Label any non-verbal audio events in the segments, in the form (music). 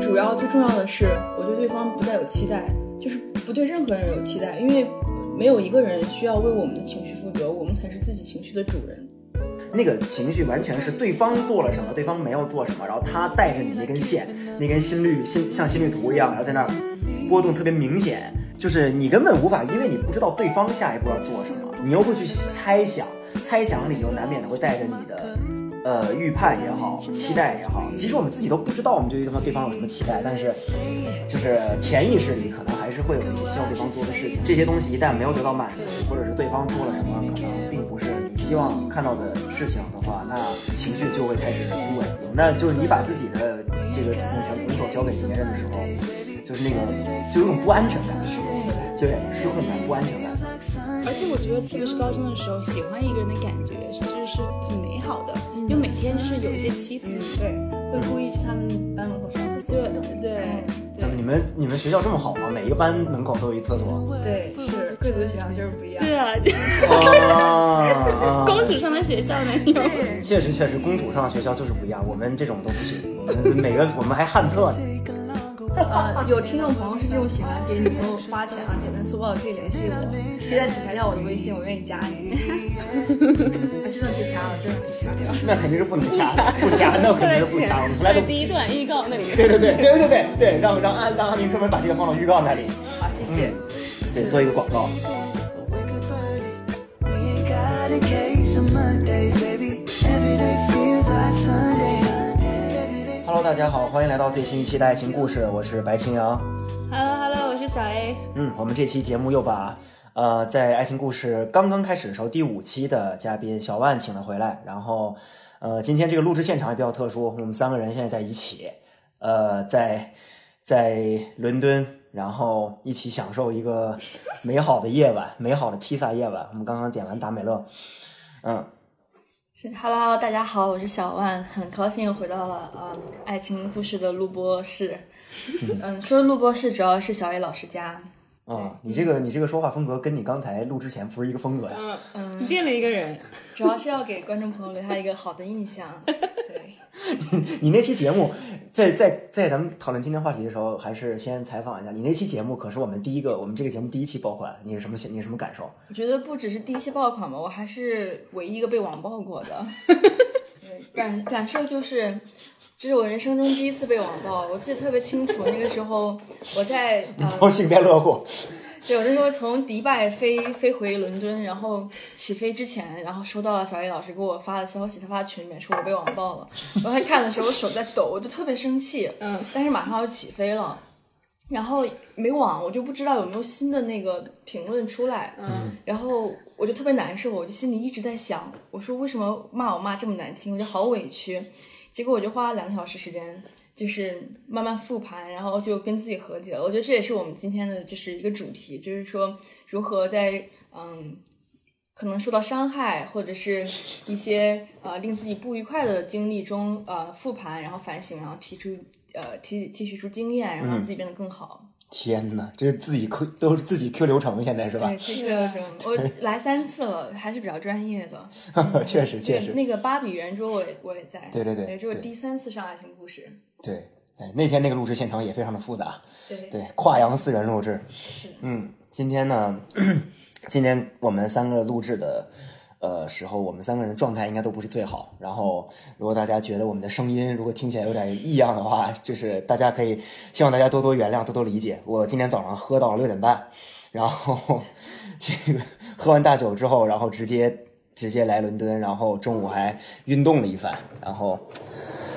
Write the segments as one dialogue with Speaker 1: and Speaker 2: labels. Speaker 1: 重要的是，我对对方不再有期待，就是不对任何人有期待，因为没有一个人需要为我们的情绪负责，我们才是自己情绪的主人。
Speaker 2: 那个情绪完全是对方做了什么，对方没有做什么，然后他带着你那根线，那根心率心像心率图一样，然后在那儿波动特别明显，就是你根本无法，因为你不知道对方下一步要做什么，你又会去猜想，猜想里又难免的会带着你的呃预判也好，期待也好，其实我们自己都不知道我们对对方对方有什么期待，但是就是潜意识里可能还是会有一些希望对方做的事情，这些东西一旦没有得到满足，或者是对方做了什么，可能并不是你希望看到的事情的话，那情绪就会开始不稳定。那就是你把自己的这个主动权拱手交给别人的时候，就是那个就有种不安全感，对，失控感、不安全感。
Speaker 3: 而且我觉得，特别是高中的时候，喜欢一个人的感觉就是是很美好的，因为每天就是有一些期待。
Speaker 1: 对，会故意去他们班门口上厕所
Speaker 3: 对
Speaker 1: 那种。
Speaker 3: 对
Speaker 2: 怎么
Speaker 3: 对
Speaker 2: 你们你们学校这么好吗？每一个班门口都有一厕所？
Speaker 1: 对，是贵族学校就是不一样。
Speaker 3: 对啊，就
Speaker 2: 哦啊啊！
Speaker 3: 公主上的学校呢，有
Speaker 2: 确实确实，公主上学校就是不一样，我们这种都不行，我们每个我们还旱厕呢。
Speaker 1: 呃，有听众朋友是这种喜欢给女朋友花钱啊，简单粗暴的可以联系我，可以在底下要我的微信，我愿意加 (laughs) 你。啊真的可以加了，真的可以加掉。
Speaker 2: 那肯定是不能掐，不掐，那肯定是不掐，我们从来都
Speaker 3: 在第一段预告那里面。
Speaker 2: 对对对对对对对，让让安让安宁专门把这个放到预告那里，
Speaker 1: 好，谢谢。
Speaker 2: 对，做一个广告。
Speaker 4: Wake up early. We ain't got a case on Mondays, baby. Every day feels like Sunday. Every day
Speaker 2: Hello，大家好，欢迎来到最新一期的爱情故事，我是白青阳。
Speaker 3: Hello Hello，我是小 A。
Speaker 2: 嗯，我们这期节目又把呃在爱情故事刚刚开始的时候第五期的嘉宾小万请了回来，然后呃今天这个录制现场也比较特殊，我们三个人现在在一起，呃在在伦敦，然后一起享受一个美好的夜晚，美好的披萨夜晚。我们刚刚点完达美乐，嗯，
Speaker 5: 是 Hello Hello，大家好，我是小万，很高兴又回到了嗯爱情故事的录播室。嗯，说录播室主要是小 A 老师家，
Speaker 2: 啊，你这个你这个说话风格跟你刚才录之前不是一个风格呀？
Speaker 3: 嗯嗯，变了一个人。
Speaker 5: 主要是要给观众朋友留下一个好的印象。对，
Speaker 2: 你那期节目，在在在咱们讨论今天话题的时候，还是先采访一下你那期节目，可是我们第一个，我们这个节目第一期爆款，你是什么你是什么感受？
Speaker 5: 我觉得不只是第一期爆款吧，我还是唯一一个被网爆过的。对感感受就是，这是我人生中第一次被网爆，我记得特别清楚。那个时候我在呃
Speaker 2: 然后幸灾乐祸，
Speaker 5: 对，我那时候从迪拜飞飞回伦敦，然后起飞之前，然后收到了小叶老师给我发的消息，他发群里面说我被网暴了。我还看的时候，我手在抖，我就特别生气。
Speaker 3: 嗯，
Speaker 5: 但是马上要起飞了，然后没网，我就不知道有没有新的那个评论出来。
Speaker 3: 嗯，
Speaker 5: 然后我就特别难受，我就心里一直在想，我说为什么骂我骂这么难听，我就好委屈。结果我就花了两个小时时间，就是慢慢复盘，然后就跟自己和解了。我觉得这也是我们今天的就是一个主题，就是说如何在嗯，可能受到伤害或者是一些呃令自己不愉快的经历中呃复盘，然后反省，然后提出呃提提取出经验，然后让自己变得更好。
Speaker 2: 天哪，这是自己 Q 都是自己 Q 流程，现在嗯是啊吧
Speaker 5: 对，？这个是我来三次了，还是比较专业的。
Speaker 2: (laughs) 确实确
Speaker 5: 对，
Speaker 2: 实，
Speaker 5: 那个芭比圆桌我也我也在，
Speaker 2: 对对对
Speaker 5: 对，这是我
Speaker 2: 对
Speaker 5: 第三次上爱情故事，
Speaker 2: 对。哎，那天那个录制现场也非常的复杂，
Speaker 5: 对
Speaker 2: 对，跨洋四人录制，嗯，今天呢，今天我们三个录制的呃时候，我们三个人状态应该都不是最好。然后，如果大家觉得我们的声音如果听起来有点异样的话，就是大家可以希望大家多多原谅，多多理解。我今天早上喝到六点半，然后这个喝完大酒之后，然后直接。直接来伦敦，然后中午还运动了一番，然后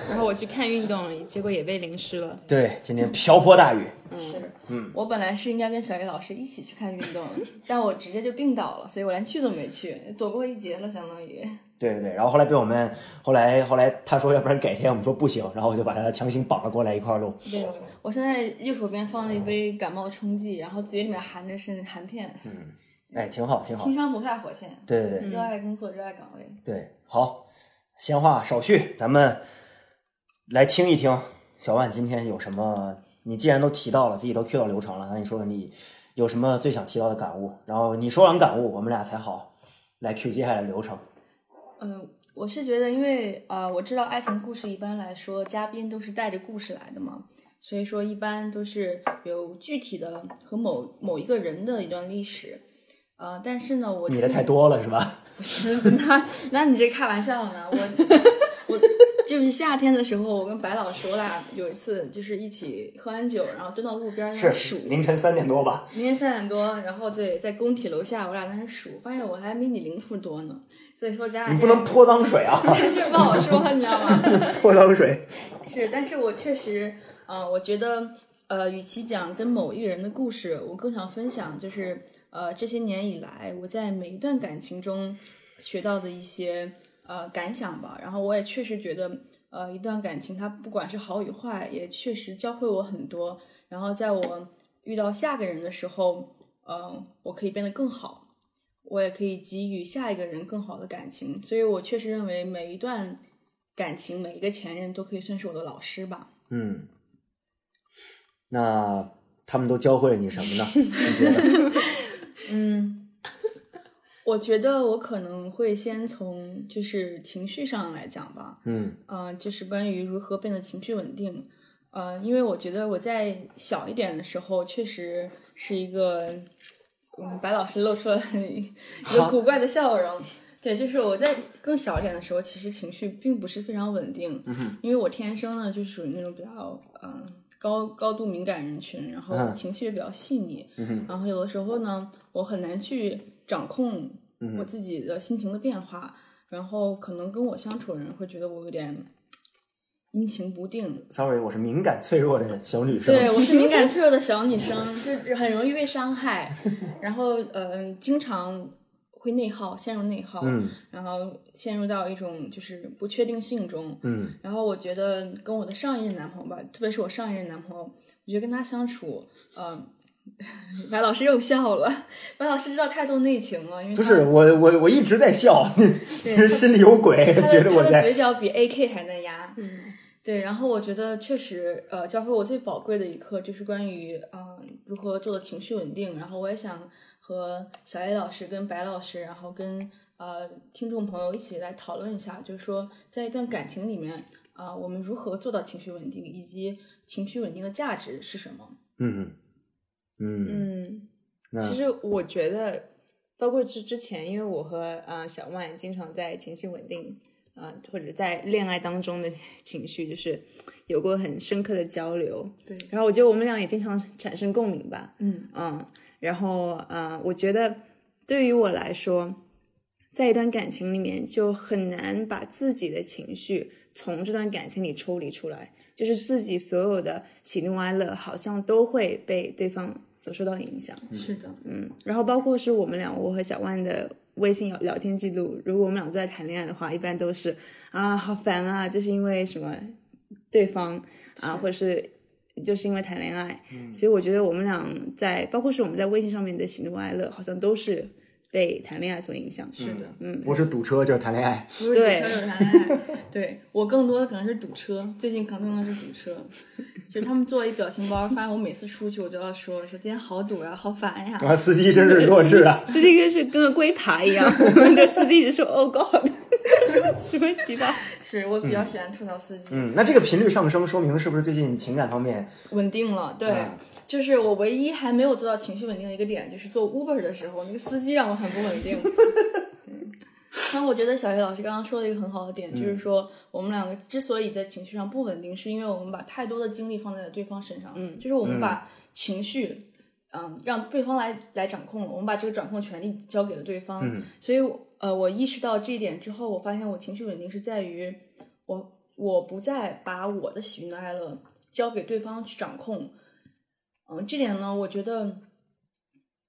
Speaker 3: 然后我去看运动了，结果也被淋湿了。
Speaker 2: 对今天瓢泼大雨，
Speaker 5: 是，嗯，我本来是应该跟小叶老师一起去看运动，但我直接就病倒了，所以我连去都没去，躲过一劫了，相当于。
Speaker 2: 对对对，然后后来被我们后来后来他说要不然改天，我们说不行，然后我就把他强行绑了过来一块儿录。
Speaker 5: 对，我现在右手边放了一杯感冒冲剂，然后嘴里面含着是含片，
Speaker 2: 哎，挺好，挺好
Speaker 5: 轻。伤不怕火线，
Speaker 2: 对对对
Speaker 5: 热爱工作，热爱岗位。
Speaker 2: 对，好，闲话少叙，咱们来听一听小万今天有什么。你既然都提到了，自己都 Q 到流程了，那你说说你有什么最想提到的感悟？然后你说完感悟，我们俩才好来 Q 接下来的流程。
Speaker 5: 嗯，我呃是觉得，因为呃，我知道爱情故事一般来说，嘉宾都是带着故事来的嘛，所以说一般都是有具体的和某某一个人的一段历史。呃，但是呢，我
Speaker 2: 你的太多了是吧？
Speaker 5: (laughs) 那那你这开玩笑呢？我我就是夏天的时候，我跟白老师，我俩有一次就是一起喝完酒，然后蹲到路边儿那儿数
Speaker 2: 是，凌晨三点多吧？
Speaker 5: 明天三点多，然后对，在工体楼下，我俩在那儿数，发现我还没你零头多呢。所以说咱俩
Speaker 2: 你不能泼脏水啊！
Speaker 5: 就是不好说，你知道吗？
Speaker 2: 泼脏水，
Speaker 5: 是，但是我确实，呃，我觉得，呃，与其讲跟某一个人的故事，我更想分享就是，呃，这些年以来我在每一段感情中学到的一些呃感想吧。然后我也确实觉得，呃，一段感情它不管是好与坏，也确实教会我很多。然后在我遇到下个人的时候，呃，我可以变得更好。我也可以给予下一个人更好的感情，所以我确实认为每一段感情，每一个前任都可以算是我的老师吧。
Speaker 2: 嗯，那他们都教会了你什么呢？ (laughs) 你觉得？
Speaker 5: 嗯，我觉得我可能会先从就是情绪上来讲吧，
Speaker 2: 嗯
Speaker 5: 嗯、就是关于如何变得情绪稳定。呃，因为我觉得我在小一点的时候，确实是一个，嗯，白老师露出了一个古怪的笑容。对，就是我在更小一点的时候，其实情绪并不是非常稳定，
Speaker 2: 嗯哼
Speaker 5: 因为我天生呢就是属于那种比较嗯、呃高高度敏感人群，然后
Speaker 2: 嗯
Speaker 5: 情绪也比较细腻，
Speaker 2: 嗯哼
Speaker 5: 然后有的时候呢，我很难去掌控
Speaker 2: 嗯
Speaker 5: 我
Speaker 2: 哼
Speaker 5: 自己的心情的变化，然后可能跟我相处的人会觉得我有点阴晴不定。
Speaker 2: ，sorry，我是敏感脆弱的小女生。
Speaker 5: 对，我是敏感脆弱
Speaker 2: (laughs)
Speaker 5: 的小女生，就是很容易被伤害，然后嗯、呃经常会内耗，陷入内耗，
Speaker 2: 嗯
Speaker 5: 然后陷入到一种就是不确定性中。
Speaker 2: 嗯
Speaker 5: 然后我觉得跟我的上一任男朋友吧，特别是我上一任男朋友，我觉得跟他相处，嗯、白老师又笑了，白老师知道太多内情了，因为
Speaker 2: 不
Speaker 5: 他
Speaker 2: 是我我我一直在笑，你 (laughs) 你是心里有鬼，
Speaker 5: 他
Speaker 2: 觉
Speaker 5: 的
Speaker 2: 得我
Speaker 5: 他的
Speaker 2: 在
Speaker 5: 嘴角比 AK 还难压。嗯，对。然后我觉得确实，呃，教会我最宝贵的一课就是关于嗯、呃如何做的情绪稳定。然后我也想和小 A 老师、跟白老师，然后跟呃听众朋友一起来讨论一下，就是说在一段感情里面啊、我们如何做到情绪稳定，以及情绪稳定的价值是什么？
Speaker 2: 嗯嗯
Speaker 3: 嗯，
Speaker 2: 那
Speaker 3: 其实我觉得，包括之之前，因为我和呃小万经常在情绪稳定，呃或者在恋爱当中的 (laughs) 情绪，就是有过很深刻的交流。
Speaker 5: 对
Speaker 3: 然后我觉得我们俩也经常产生共鸣吧。
Speaker 5: 嗯
Speaker 3: 嗯，然后呃，我觉得对于我来说，在一段感情里面就很难把自己的情绪从这段感情里抽离出来，就是自己所有的喜怒哀乐好像都会被对方所受到影响。
Speaker 5: 是的，
Speaker 3: 嗯，然后包括是我们俩，我和小万的微信聊聊天记录，如果我们俩在谈恋爱的话，一般都是啊好烦啊，就是因为什么对方啊，或者是就是因为谈恋爱，
Speaker 2: 嗯
Speaker 3: 所以我觉得我们俩在包括是我们在微信上面的喜怒哀乐，好像都是被谈恋爱所影响。是
Speaker 5: 的，
Speaker 3: 嗯，
Speaker 2: 不是堵车就是谈恋爱。
Speaker 5: 不是堵
Speaker 3: 对
Speaker 5: 车有谈恋爱， (laughs) 对我更多的可能是堵车，最近可能用的是堵车，就是他们做一表情包，发现我每次出去我都要说说今天好堵呀、好烦呀、
Speaker 2: 啊，司机真是弱智啊！
Speaker 3: 司机就是跟个龟爬一样，我们的司机一直说 “Oh God”，什么奇葩？
Speaker 5: 是我比较喜欢吐槽司机，
Speaker 2: 嗯，那这个频率上升，说明是不是最近情感方面
Speaker 5: 稳定了，对。
Speaker 2: 嗯
Speaker 5: 就是我唯一还没有做到情绪稳定的一个点，就是做 Uber 的时候，那个司机让我很不稳定。对，然后我觉得小学老师刚刚说了一个很好的点，就是说我们两个之所以在情绪上不稳定，是因为我们把太多的精力放在了对方身上，嗯，就是我们把情绪，嗯，让对方来来掌控了，我们把这个掌控权利交给了对方，
Speaker 2: 嗯
Speaker 5: 所以呃，我意识到这一点之后，我发现我情绪稳定是在于我我不再把我的喜怒哀乐交给对方去掌控，嗯，这点呢，我觉得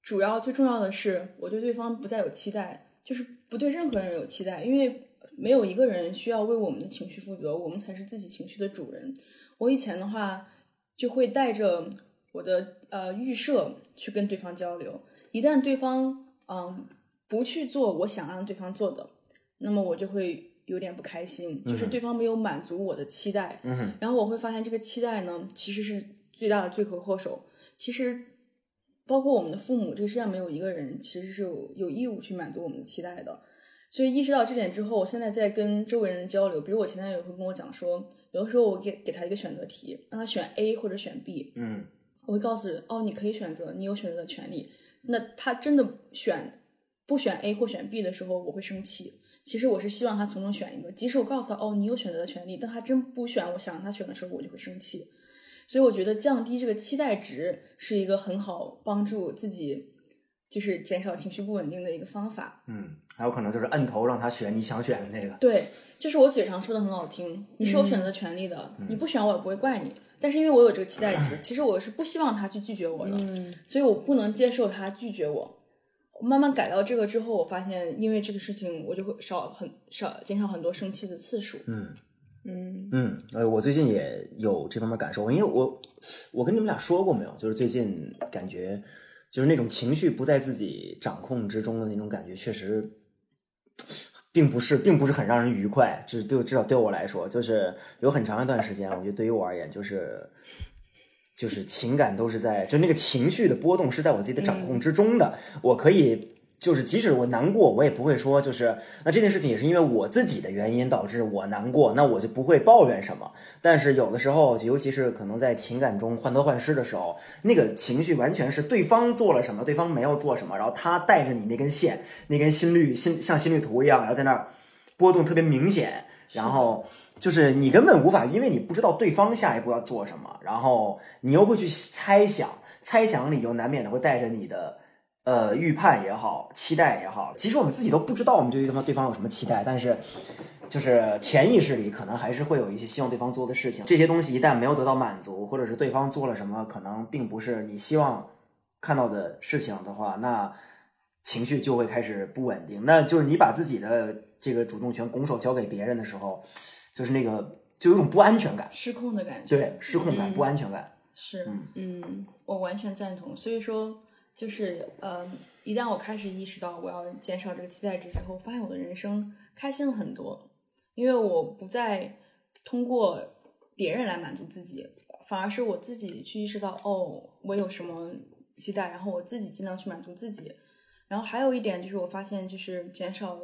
Speaker 5: 主要最重要的是，我对对方不再有期待，就是不对任何人有期待，因为没有一个人需要为我们的情绪负责，我们才是自己情绪的主人。我以前的话就会带着我的呃预设去跟对方交流，一旦对方嗯不去做我想让对方做的，那么我就会有点不开心，就是
Speaker 2: 嗯
Speaker 5: 对方没有满足我的期待，
Speaker 2: 嗯哼
Speaker 5: 然后我会发现这个期待呢，其实是最大的罪魁祸首。其实，包括我们的父母，这个世界上没有一个人其实是有有义务去满足我们的期待的。所以意识到这点之后，我现在在跟周围人交流，比如我前男友会跟我讲说，有的时候我给给他一个选择题，让他选 A 或者选 B，
Speaker 2: 嗯，
Speaker 5: 我会告诉人哦，你可以选择，你有选择的权利。那他真的选不选 A 或选 B 的时候，我会生气。其实我是希望他从中选一个，即使我告诉他哦，你有选择的权利，但他真不选，我想让他选的时候，我就会生气。所以我觉得降低这个期待值是一个很好帮助自己，就是减少情绪不稳定的一个方法。
Speaker 2: 嗯，还有可能就是摁头让他选你想选的那个。
Speaker 5: 对，就是我嘴上说的很好听，你是有选择的权利的，你不选我也不会怪你。但是因为我有这个期待值，其实我是不希望他去拒绝我的，所以我不能接受他拒绝我。我慢慢改到这个之后，我发现因为这个事情，我就会少很少减少很多生气的次数。
Speaker 2: 嗯
Speaker 3: 嗯，
Speaker 2: 嗯，呃，我最近也有这方面感受，因为我我跟你们俩说过没有？就是最近感觉就是那种情绪不在自己掌控之中的那种感觉，确实并不是，并不是很让人愉快。这对至少对我来说，就是有很长一段时间，我觉得对于我而言，就是就是情感都是在，就那个情绪的波动是在我自己的掌控之中的。我可以就是，即使我难过，我也不会说就是那这件事情也是因为我自己的原因导致我难过，那我就不会抱怨什么。但是有的时候，尤其是可能在情感中患得患失的时候，那个情绪完全是对方做了什么，对方没有做什么，然后他带着你那根线，那根心率心像心率图一样，然后在那儿波动特别明显，然后就是你根本无法，因为你不知道对方下一步要做什么，然后你又会去猜想，猜想里又难免的会带着你的。呃，预判也好，期待也好，其实我们自己都不知道我们对于对方对方有什么期待，但是就是潜意识里可能还是会有一些希望对方做的事情。这些东西一旦没有得到满足，或者是对方做了什么可能并不是你希望看到的事情的话，那情绪就会开始不稳定。那就是你把自己的这个主动权拱手交给别人的时候，就是那个就有种不安全感，
Speaker 5: 失控的感觉，
Speaker 2: 对，失控感、不安全感。
Speaker 5: 是，
Speaker 3: 嗯
Speaker 5: 我完全赞同。所以说，就是呃，一旦我开始意识到我要减少这个期待值之后，发现我的人生开心了很多，因为我不再通过别人来满足自己，反而是我自己去意识到，哦，我有什么期待，然后我自己尽量去满足自己。然后还有一点就是，我发现就是减少，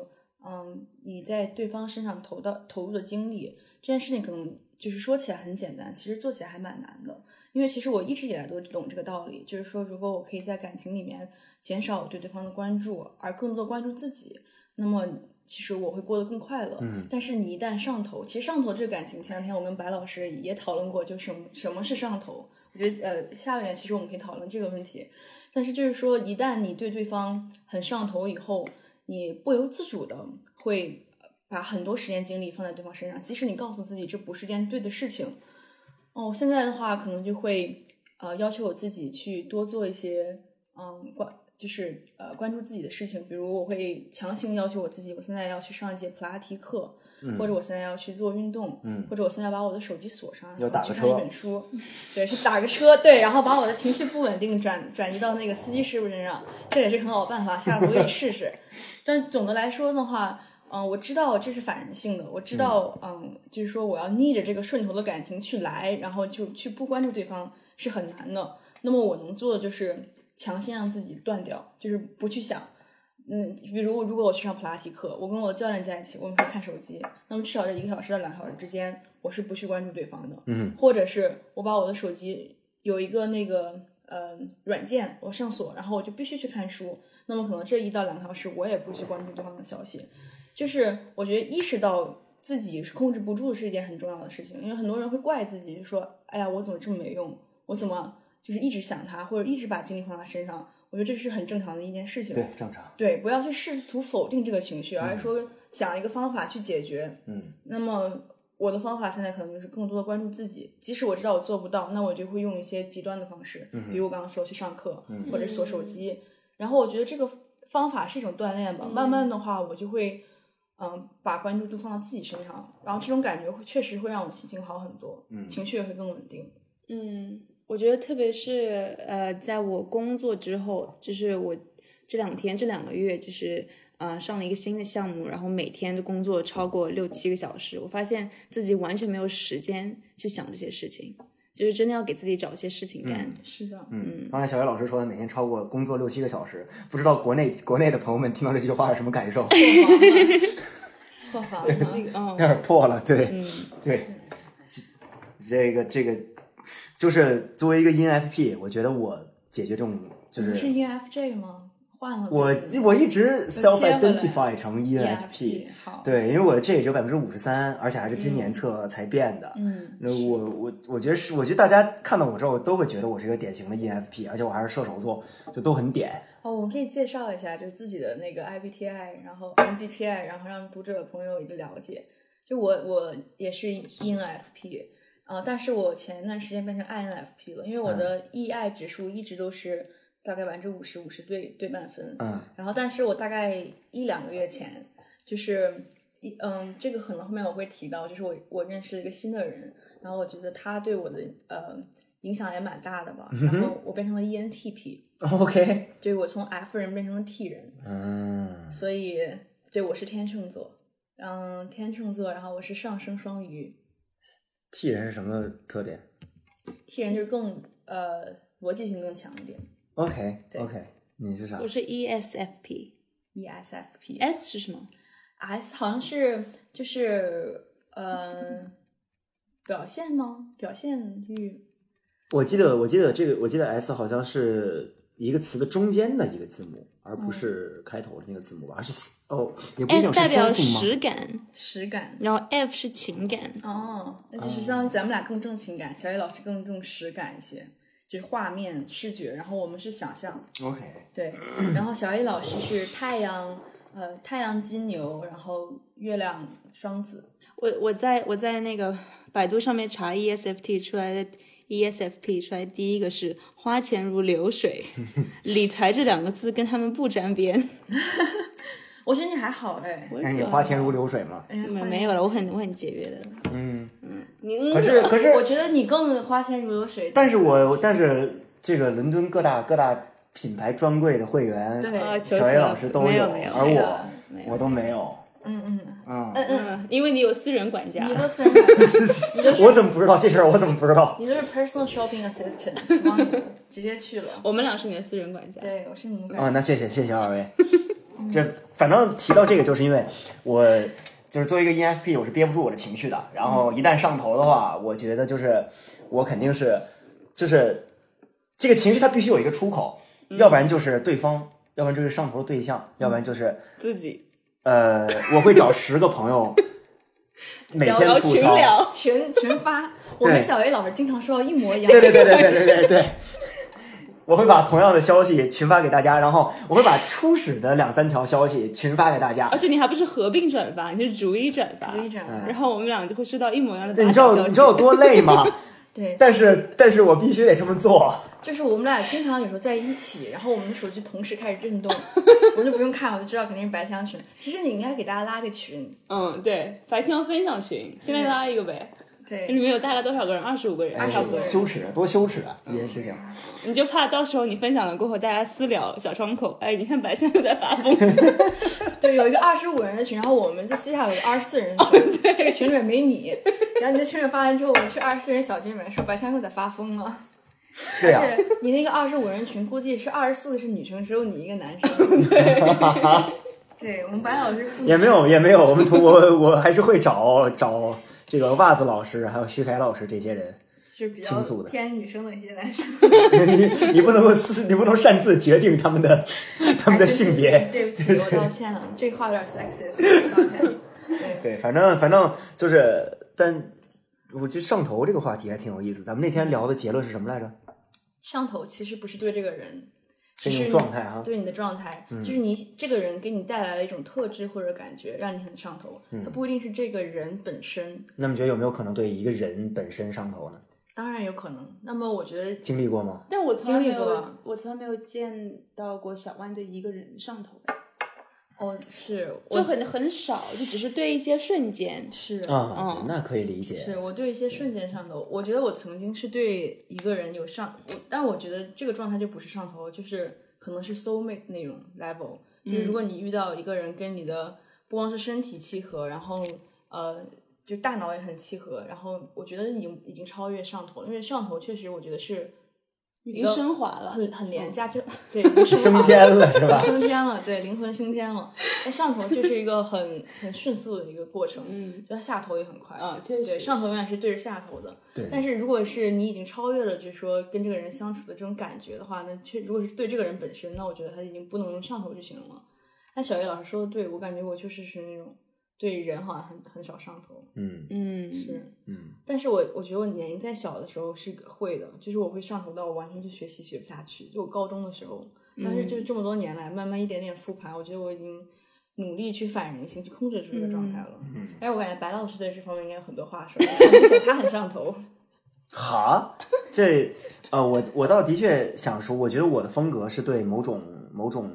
Speaker 5: 嗯，你在对方身上投的投入的精力，这件事情可能就是说起来很简单，其实做起来还蛮难的。因为其实我一直以来都懂这个道理，就是说，如果我可以在感情里面减少我对对方的关注，而更多的关注自己，那么其实我会过得更快乐。
Speaker 2: 嗯
Speaker 5: 但是你一旦上头，其实上头这个感情，前两天我跟白老师也讨论过，就什么什么是上头。我觉得呃，下面其实我们可以讨论这个问题。但是就是说，一旦你对对方很上头以后，你不由自主的会把很多时间精力放在对方身上，即使你告诉自己这不是件对的事情，哦，现在的话可能就会呃要求我自己去多做一些嗯关就是呃关注自己的事情，比如我会强行要求我自己，我现在要去上一节普拉提课，或者我现在要去做运动，
Speaker 2: 嗯
Speaker 5: 或者我现在把我的手机锁上，
Speaker 2: 要
Speaker 5: 然
Speaker 2: 打
Speaker 5: 后
Speaker 2: 个
Speaker 5: 去
Speaker 2: 车
Speaker 5: 看一本书，对，去打个车，对，然后把我的情绪不稳定转转移到那个司机师傅身上，这也是很好的办法，下次我也试
Speaker 2: (laughs)
Speaker 5: 试。但总的来说的话，嗯、我知道这是反人性的，我知道，嗯、就是说我要逆着这个顺头的感情去来，然后就去不关注对方是很难的。那么我能做的就是强行让自己断掉，就是不去想。嗯，比如如果我去上普拉提课，我跟我教练在一起，我们会看手机，那么至少这一个小时到两小时之间，我是不去关注对方的。
Speaker 2: 嗯，
Speaker 5: 或者是我把我的手机有一个那个呃软件，我上锁，然后我就必须去看书。那么可能这一到两个小时，我也不去关注对方的消息。就是我觉得意识到自己是控制不住是一件很重要的事情，因为很多人会怪自己，就说：“哎呀，我怎么这么没用？我怎么就是一直想他，或者一直把精力放在他身上？”我觉得这是很正常的一件事情。啊
Speaker 2: 对，正常。
Speaker 5: 对，不要去试图否定这个情绪，而是说想一个方法去解决。
Speaker 2: 嗯，
Speaker 5: 那么我的方法现在可能就是更多的关注自己，即使我知道我做不到，那我就会用一些极端的方式，
Speaker 2: 嗯
Speaker 5: 比如我刚刚说去上课、或者锁手机。然后我觉得这个方法是一种锻炼吧，慢慢的话我就会。嗯，把关注度放到自己身上，然后这种感觉会确实会让我心情好很多，
Speaker 2: 嗯
Speaker 5: 情绪也会更稳定。
Speaker 3: 嗯，我觉得特别是呃，在我工作之后，就是我这两天这两个月就是。呃，上了一个新的项目，然后每天的工作超过六七个小时，我发现自己完全没有时间去想这些事情，就是真的要给自己找一些事情干。
Speaker 5: 是的，
Speaker 2: 嗯，刚才小月老师说的每天超过工作六七个小时，不知道国内国内的朋友们听到这句话有什么感受？
Speaker 5: (laughs) 破防了，破防了。嗯
Speaker 2: (laughs)
Speaker 3: 嗯，
Speaker 2: 有点破了，对，对，这个这个，就是作为一个 E ENFP，我觉得我解决这种就
Speaker 5: 你是 E
Speaker 2: 是
Speaker 5: ENFJ 吗？换了
Speaker 2: 我我一直 self
Speaker 5: 切回来 E
Speaker 2: identify 成 ENFP，
Speaker 5: 好，
Speaker 2: E 对，因为我这也只有百分之五十三，而且还是今
Speaker 5: 嗯
Speaker 2: 年测才变的。嗯，那我我我觉得是，我觉得大家看到我之后都会觉得我是一个典型的 E ENFP，而且我还是射手座，就都很点。
Speaker 5: 哦，我们可以介绍一下，就是自己的那个 IBTI，然后 MBTI，然后让读者朋友一个了解。就我我也是 ENFP，啊、但是我前一段时间变成 INFP 了，因为我的 EI 指数一直都是大概百分之五十五十对对半分，
Speaker 2: 嗯， (laughs)
Speaker 5: 然后，但是我大概一两个月前，就是一嗯，这个可能后面我会提到，就是我我认识了一个新的人，然后我觉得他对我的呃影响也蛮大的吧，然后我变成了 E ENTP，
Speaker 2: OK，
Speaker 5: 就是我从 F 人变成了 T 人，
Speaker 2: 嗯，
Speaker 5: 所以对我是天秤座，嗯，天秤座，然后我是上升双鱼
Speaker 2: 替人是什么特点
Speaker 5: ，T 人就是更呃逻辑性更强一点
Speaker 2: ？OK
Speaker 5: 对
Speaker 2: OK，你是啥
Speaker 3: 我？是 E ESFP。
Speaker 5: ，E ，ESFP。
Speaker 3: S 是什么？
Speaker 5: S 好像是就是呃表现吗？表现欲
Speaker 2: 我记得我记得这个我记得 S 好像是一个词的中间的一个字母，而不是开头的那个字母吧？而是四哦，也不一
Speaker 3: 嗯 S
Speaker 2: 定是
Speaker 3: 代表
Speaker 2: 三字母吗
Speaker 3: 实感，
Speaker 5: 实感
Speaker 3: 然后 F 是情感，
Speaker 5: 哦，那就是相当于咱们俩更重情感，小野老师更重实感一些，就是画面视觉，然后我们是想象，
Speaker 2: OK， (clears throat)
Speaker 5: 对，然后小野老师是太阳呃太阳金牛，然后月亮双子，
Speaker 3: 我我在我在那个百度上面查 E ESFT 出来的，E ESFP 出来第一个是花钱如
Speaker 2: (laughs)
Speaker 3: 流水，理财这两个字跟他们不沾边。
Speaker 5: 我觉得你还好哎，
Speaker 2: 哎，你花钱如流水吗？
Speaker 3: 没没有了，我很我很节约的。
Speaker 2: 嗯
Speaker 3: 嗯
Speaker 2: 可是可是
Speaker 5: 我觉得你更花钱如流水，
Speaker 2: 但是我但是这个伦敦各大各大品牌专柜的会员，
Speaker 5: 对
Speaker 3: 啊，求
Speaker 2: 小
Speaker 3: 求
Speaker 2: 野老
Speaker 3: 了
Speaker 2: 师，都
Speaker 3: 没有没有，
Speaker 2: 而
Speaker 3: 没有
Speaker 2: 我
Speaker 3: 没有
Speaker 2: 我都没有。
Speaker 5: 嗯嗯，
Speaker 2: 嗯，
Speaker 3: 嗯，因为你有私人管
Speaker 2: (laughs)
Speaker 3: 家
Speaker 5: 你。都私人感觉
Speaker 2: 我怎么不知道这事儿？我怎么不知道？
Speaker 5: 你都是 personal shopping assistant，帮 (laughs) 你直接去了。
Speaker 3: 我们俩是你的私人管家。
Speaker 5: 对，我是你们
Speaker 2: 啊、
Speaker 5: 感
Speaker 2: 那谢谢谢谢二位。 (laughs) 这反正提到这个，就是因为我就是作为一个 E ENFP，我是憋不住我的情绪的。然
Speaker 3: 嗯
Speaker 2: 后一旦上头的话，我觉得就是我肯定是就是这个情绪它必须有一个出口，
Speaker 3: 嗯
Speaker 2: 要不然就是对方，要不然就是上头的对象，要不然就是
Speaker 3: 自己
Speaker 2: 呃，我会找十个朋
Speaker 3: (laughs)
Speaker 2: 友，每天
Speaker 3: 聊
Speaker 2: 吐
Speaker 3: 群
Speaker 2: 槽。
Speaker 3: 聊，
Speaker 5: 群群发，我
Speaker 2: 对
Speaker 5: 跟小 A 老师经常说到一模一样。
Speaker 2: 对对对对对对对对，我会把同样的消息群发给大家，然后我会把初始的两三条消息群发给大家
Speaker 3: 而。且你还不是合并转发，你是逐一转发。
Speaker 5: 逐一转
Speaker 2: 嗯
Speaker 5: 发
Speaker 3: 然后我们俩就会收到一模一样的
Speaker 2: 对，
Speaker 3: 发
Speaker 2: 你知道
Speaker 3: 消息
Speaker 2: 你知道有多累
Speaker 5: (laughs)
Speaker 2: 吗？
Speaker 5: 对，
Speaker 2: 但是但是我必须得这么做。
Speaker 5: 就是我们俩经常有时候在一起，然后我们的手机同时开始震
Speaker 2: (laughs)
Speaker 5: 动，我就不用看，我就知道肯定是白香群。其实你应该给大家拉个群，
Speaker 3: 嗯，对，白青阳分享群，现在拉一个呗。里
Speaker 5: 对，
Speaker 3: 面有大概多少个人？二十五个人，
Speaker 2: 哎
Speaker 3: 差不多。
Speaker 2: 羞耻，多羞耻啊！这件事情，
Speaker 3: 你就怕到时候你分享了过后，大家私聊小窗口，哎，你看白香又在发疯。
Speaker 5: 对，有一个二十五人的群，然后我们在私下有个二十四人的
Speaker 2: 哦
Speaker 5: 群，这个群里面没你，然后你在群里发完之后，我们去二十四人小群里面说白香又在发疯了。
Speaker 2: 对啊，
Speaker 5: 是你那个二十五人群，估计是二十四个是女生，只有你一个男
Speaker 2: (laughs)
Speaker 5: 生。对，对我们白老师
Speaker 2: (laughs) 也没有也没有，我们同我我还是会找找这个袜子老师，还有徐凯老师这些人。 (laughs)
Speaker 5: 是比
Speaker 2: 倾诉的
Speaker 5: 偏女生的一些男生。
Speaker 2: 你你不能够私，你不能擅自决定他们的他们的性别。
Speaker 5: 哎对不起，我道歉 (laughs) 了，这话有点 sexist，我道歉。对，
Speaker 2: 对，反正反正就是，但我觉得上头这个话题还挺有意思。咱们那天聊的结论是什么来着？
Speaker 5: 上头其实不是对这个人，只
Speaker 2: 是一
Speaker 5: 是
Speaker 2: 种
Speaker 5: 你
Speaker 2: 状态啊嗯哈。
Speaker 5: 对你的状态，就是你这个人给你带来了一种特质或者感觉，让你很上头。
Speaker 2: 嗯
Speaker 5: 它不一定是这个人本身，
Speaker 2: 那么你觉得有没有可能对一个人本身上头呢？
Speaker 5: 当然有可能。那么我觉得
Speaker 2: 经历过吗？
Speaker 3: (laughs) 但我
Speaker 5: 从来没有经历过啊，
Speaker 3: 我从来没有见到过小万对一个人上头，
Speaker 5: 哦，是我
Speaker 3: 就很很少，就只是对一些瞬间。
Speaker 5: 是
Speaker 2: 啊
Speaker 3: 嗯，
Speaker 2: 那可以理解。
Speaker 5: 是我对一些瞬间上头，我觉得我曾经是对一个人有上，我但我觉得这个状态就不是上头，就是可能是 soul mate 那种 level，就是如果
Speaker 3: 嗯
Speaker 5: 你遇到一个人跟你的不光是身体契合，然后呃就大脑也很契合，然后我觉得已经已经超越上头了，因为上头确实我觉得是
Speaker 3: 已经升华了。嗯
Speaker 5: 很很廉价，
Speaker 3: (laughs)
Speaker 5: 就对，已经升华
Speaker 2: 升天了是吧
Speaker 5: 升天了，对，灵魂升天了。但上头就是一个很很迅速的一个过程，嗯，就它下头也很快
Speaker 3: 啊确实
Speaker 5: 对，
Speaker 3: 是
Speaker 5: 上头永远是 (laughs) 对着下头的。
Speaker 2: 对
Speaker 5: 但是如果是你已经超越了，就是说跟这个人相处的这种感觉的话，那确如果是对这个人本身，那我觉得他已经不能用上头去形容了。但小叶老师说的对，我感觉我确实是那种对人好像很很少上头，
Speaker 2: 嗯
Speaker 3: 嗯，
Speaker 5: 是。
Speaker 2: 嗯，
Speaker 5: 但是我我觉得我年龄再小的时候是会的，就是我会上头到我完全就学习学不下去，就我高中的时候。但是就是这么多年来，慢慢一点点复盘，我觉得我已经努力去反人性，去控制住这个状态了。嗯，但是我感觉白老师对这方面应该有很多话说，他很上
Speaker 2: (laughs)
Speaker 5: 头。
Speaker 2: 哈，这呃，我我倒的确想说，我觉得我的风格是对某种某种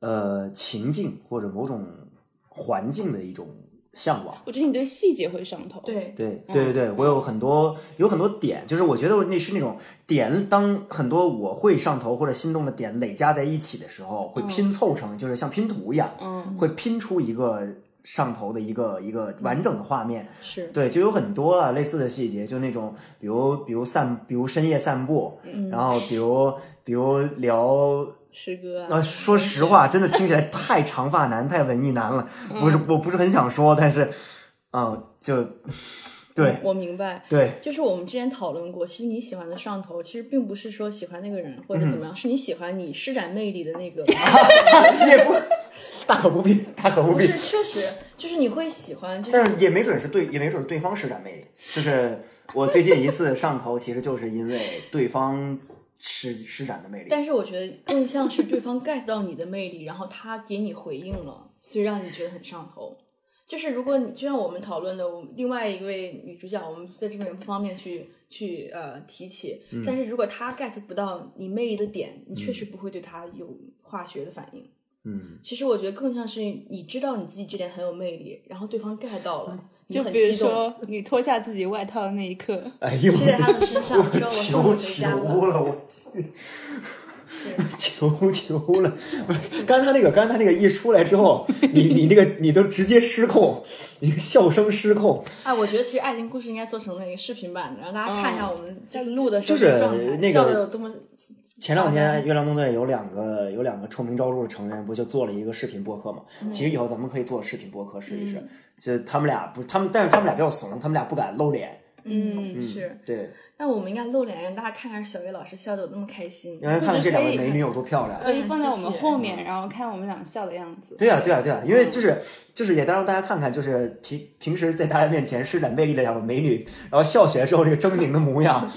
Speaker 2: 呃情境或者某种环境的一种向往。
Speaker 3: 我觉得你对细节会上头。，
Speaker 5: 对，
Speaker 2: 对对对对，我有很多有很多点，就是我觉得我那是那种点，当很多我会上头或者心动的点累加在一起的时候，会拼凑成，就是像拼图一样，
Speaker 3: 嗯，
Speaker 2: 会拼出一个上头的一个一个完整的画面。
Speaker 5: 是
Speaker 2: 对，就有很多啊类似的细节，就那种比如比如散，比如深夜散步，然后比如比如聊
Speaker 3: 诗歌啊，
Speaker 2: 呃，说实话，真的听起来太长发男、太文艺男了，不是，我不是很想说，但是，嗯、就，对
Speaker 5: 我明白。
Speaker 2: (laughs) 对，
Speaker 5: 就是我们之前讨论过，其实你喜欢的上头，其实并不是说喜欢那个人或者怎么
Speaker 2: 嗯
Speaker 5: 样，是你喜欢你施展魅力的那
Speaker 2: (laughs)
Speaker 5: 个。
Speaker 2: 也不大可不必，大可不
Speaker 5: 不
Speaker 2: 必
Speaker 5: 是，，确实就是你会喜欢，就
Speaker 2: 但
Speaker 5: 是
Speaker 2: 是也没准是对，也没准是对方施展魅力。就是我最近一次上头，其实就是因为对方施施展的魅力。
Speaker 5: 但是我觉得更像是对方 get 到你的魅力，然后他给你回应了，所以让你觉得很上头。就是如果你就像我们讨论的，我们另外一位女主角，我们在这个方面去去呃提起，但是如果她 get 不到你魅力的点，你确实不会对她有化学的反应。
Speaker 2: 嗯，
Speaker 5: 其实我觉得更像是你知道你自己这点很有魅力，然后对方 get 到了，你
Speaker 3: 就
Speaker 5: 很
Speaker 3: 比如
Speaker 5: 激动，
Speaker 3: 说你脱下自己外套的那一刻，
Speaker 2: 哎呦，
Speaker 5: 贴在他的身上，
Speaker 2: 我
Speaker 5: 说我送你
Speaker 2: 求
Speaker 5: 回家
Speaker 2: 求了，我去。求求了！不是，刚才那个，刚才那个一出来之后，你你那个你都直接失控，你笑声失控，
Speaker 5: 哎，我觉得其实爱情故事应该做成那个视频版的，让大家看一下我们就是录的时
Speaker 2: 就
Speaker 5: 候
Speaker 2: 是
Speaker 5: 的状态，
Speaker 2: 那个
Speaker 5: 笑的有多么。
Speaker 2: 前两天月亮纵队有两个有两个臭名昭著的成员，不就做了一个视频播客嘛？
Speaker 5: 嗯
Speaker 2: 其实以后咱们可以做视频播客试一试。就他们俩不，他们但是他们俩比较怂，他们俩不敢露脸。
Speaker 5: 嗯，
Speaker 2: 嗯
Speaker 5: 是。，
Speaker 2: 对，
Speaker 5: 那我们应该露脸，让大家看一下小叶老师笑的有多么开心。
Speaker 2: 因为看看这两位美女有多漂亮。
Speaker 3: 可以放在我们
Speaker 5: 嗯谢谢嗯
Speaker 3: 后面，然后看我们俩笑的样子。
Speaker 2: 对啊呀、对呀、对呀、因为就是就是也当让大家看看，就是平平时在大家面前施展魅力的两个美女，然后笑起来之后这个狰狞的模 (laughs) 样。
Speaker 5: (laughs)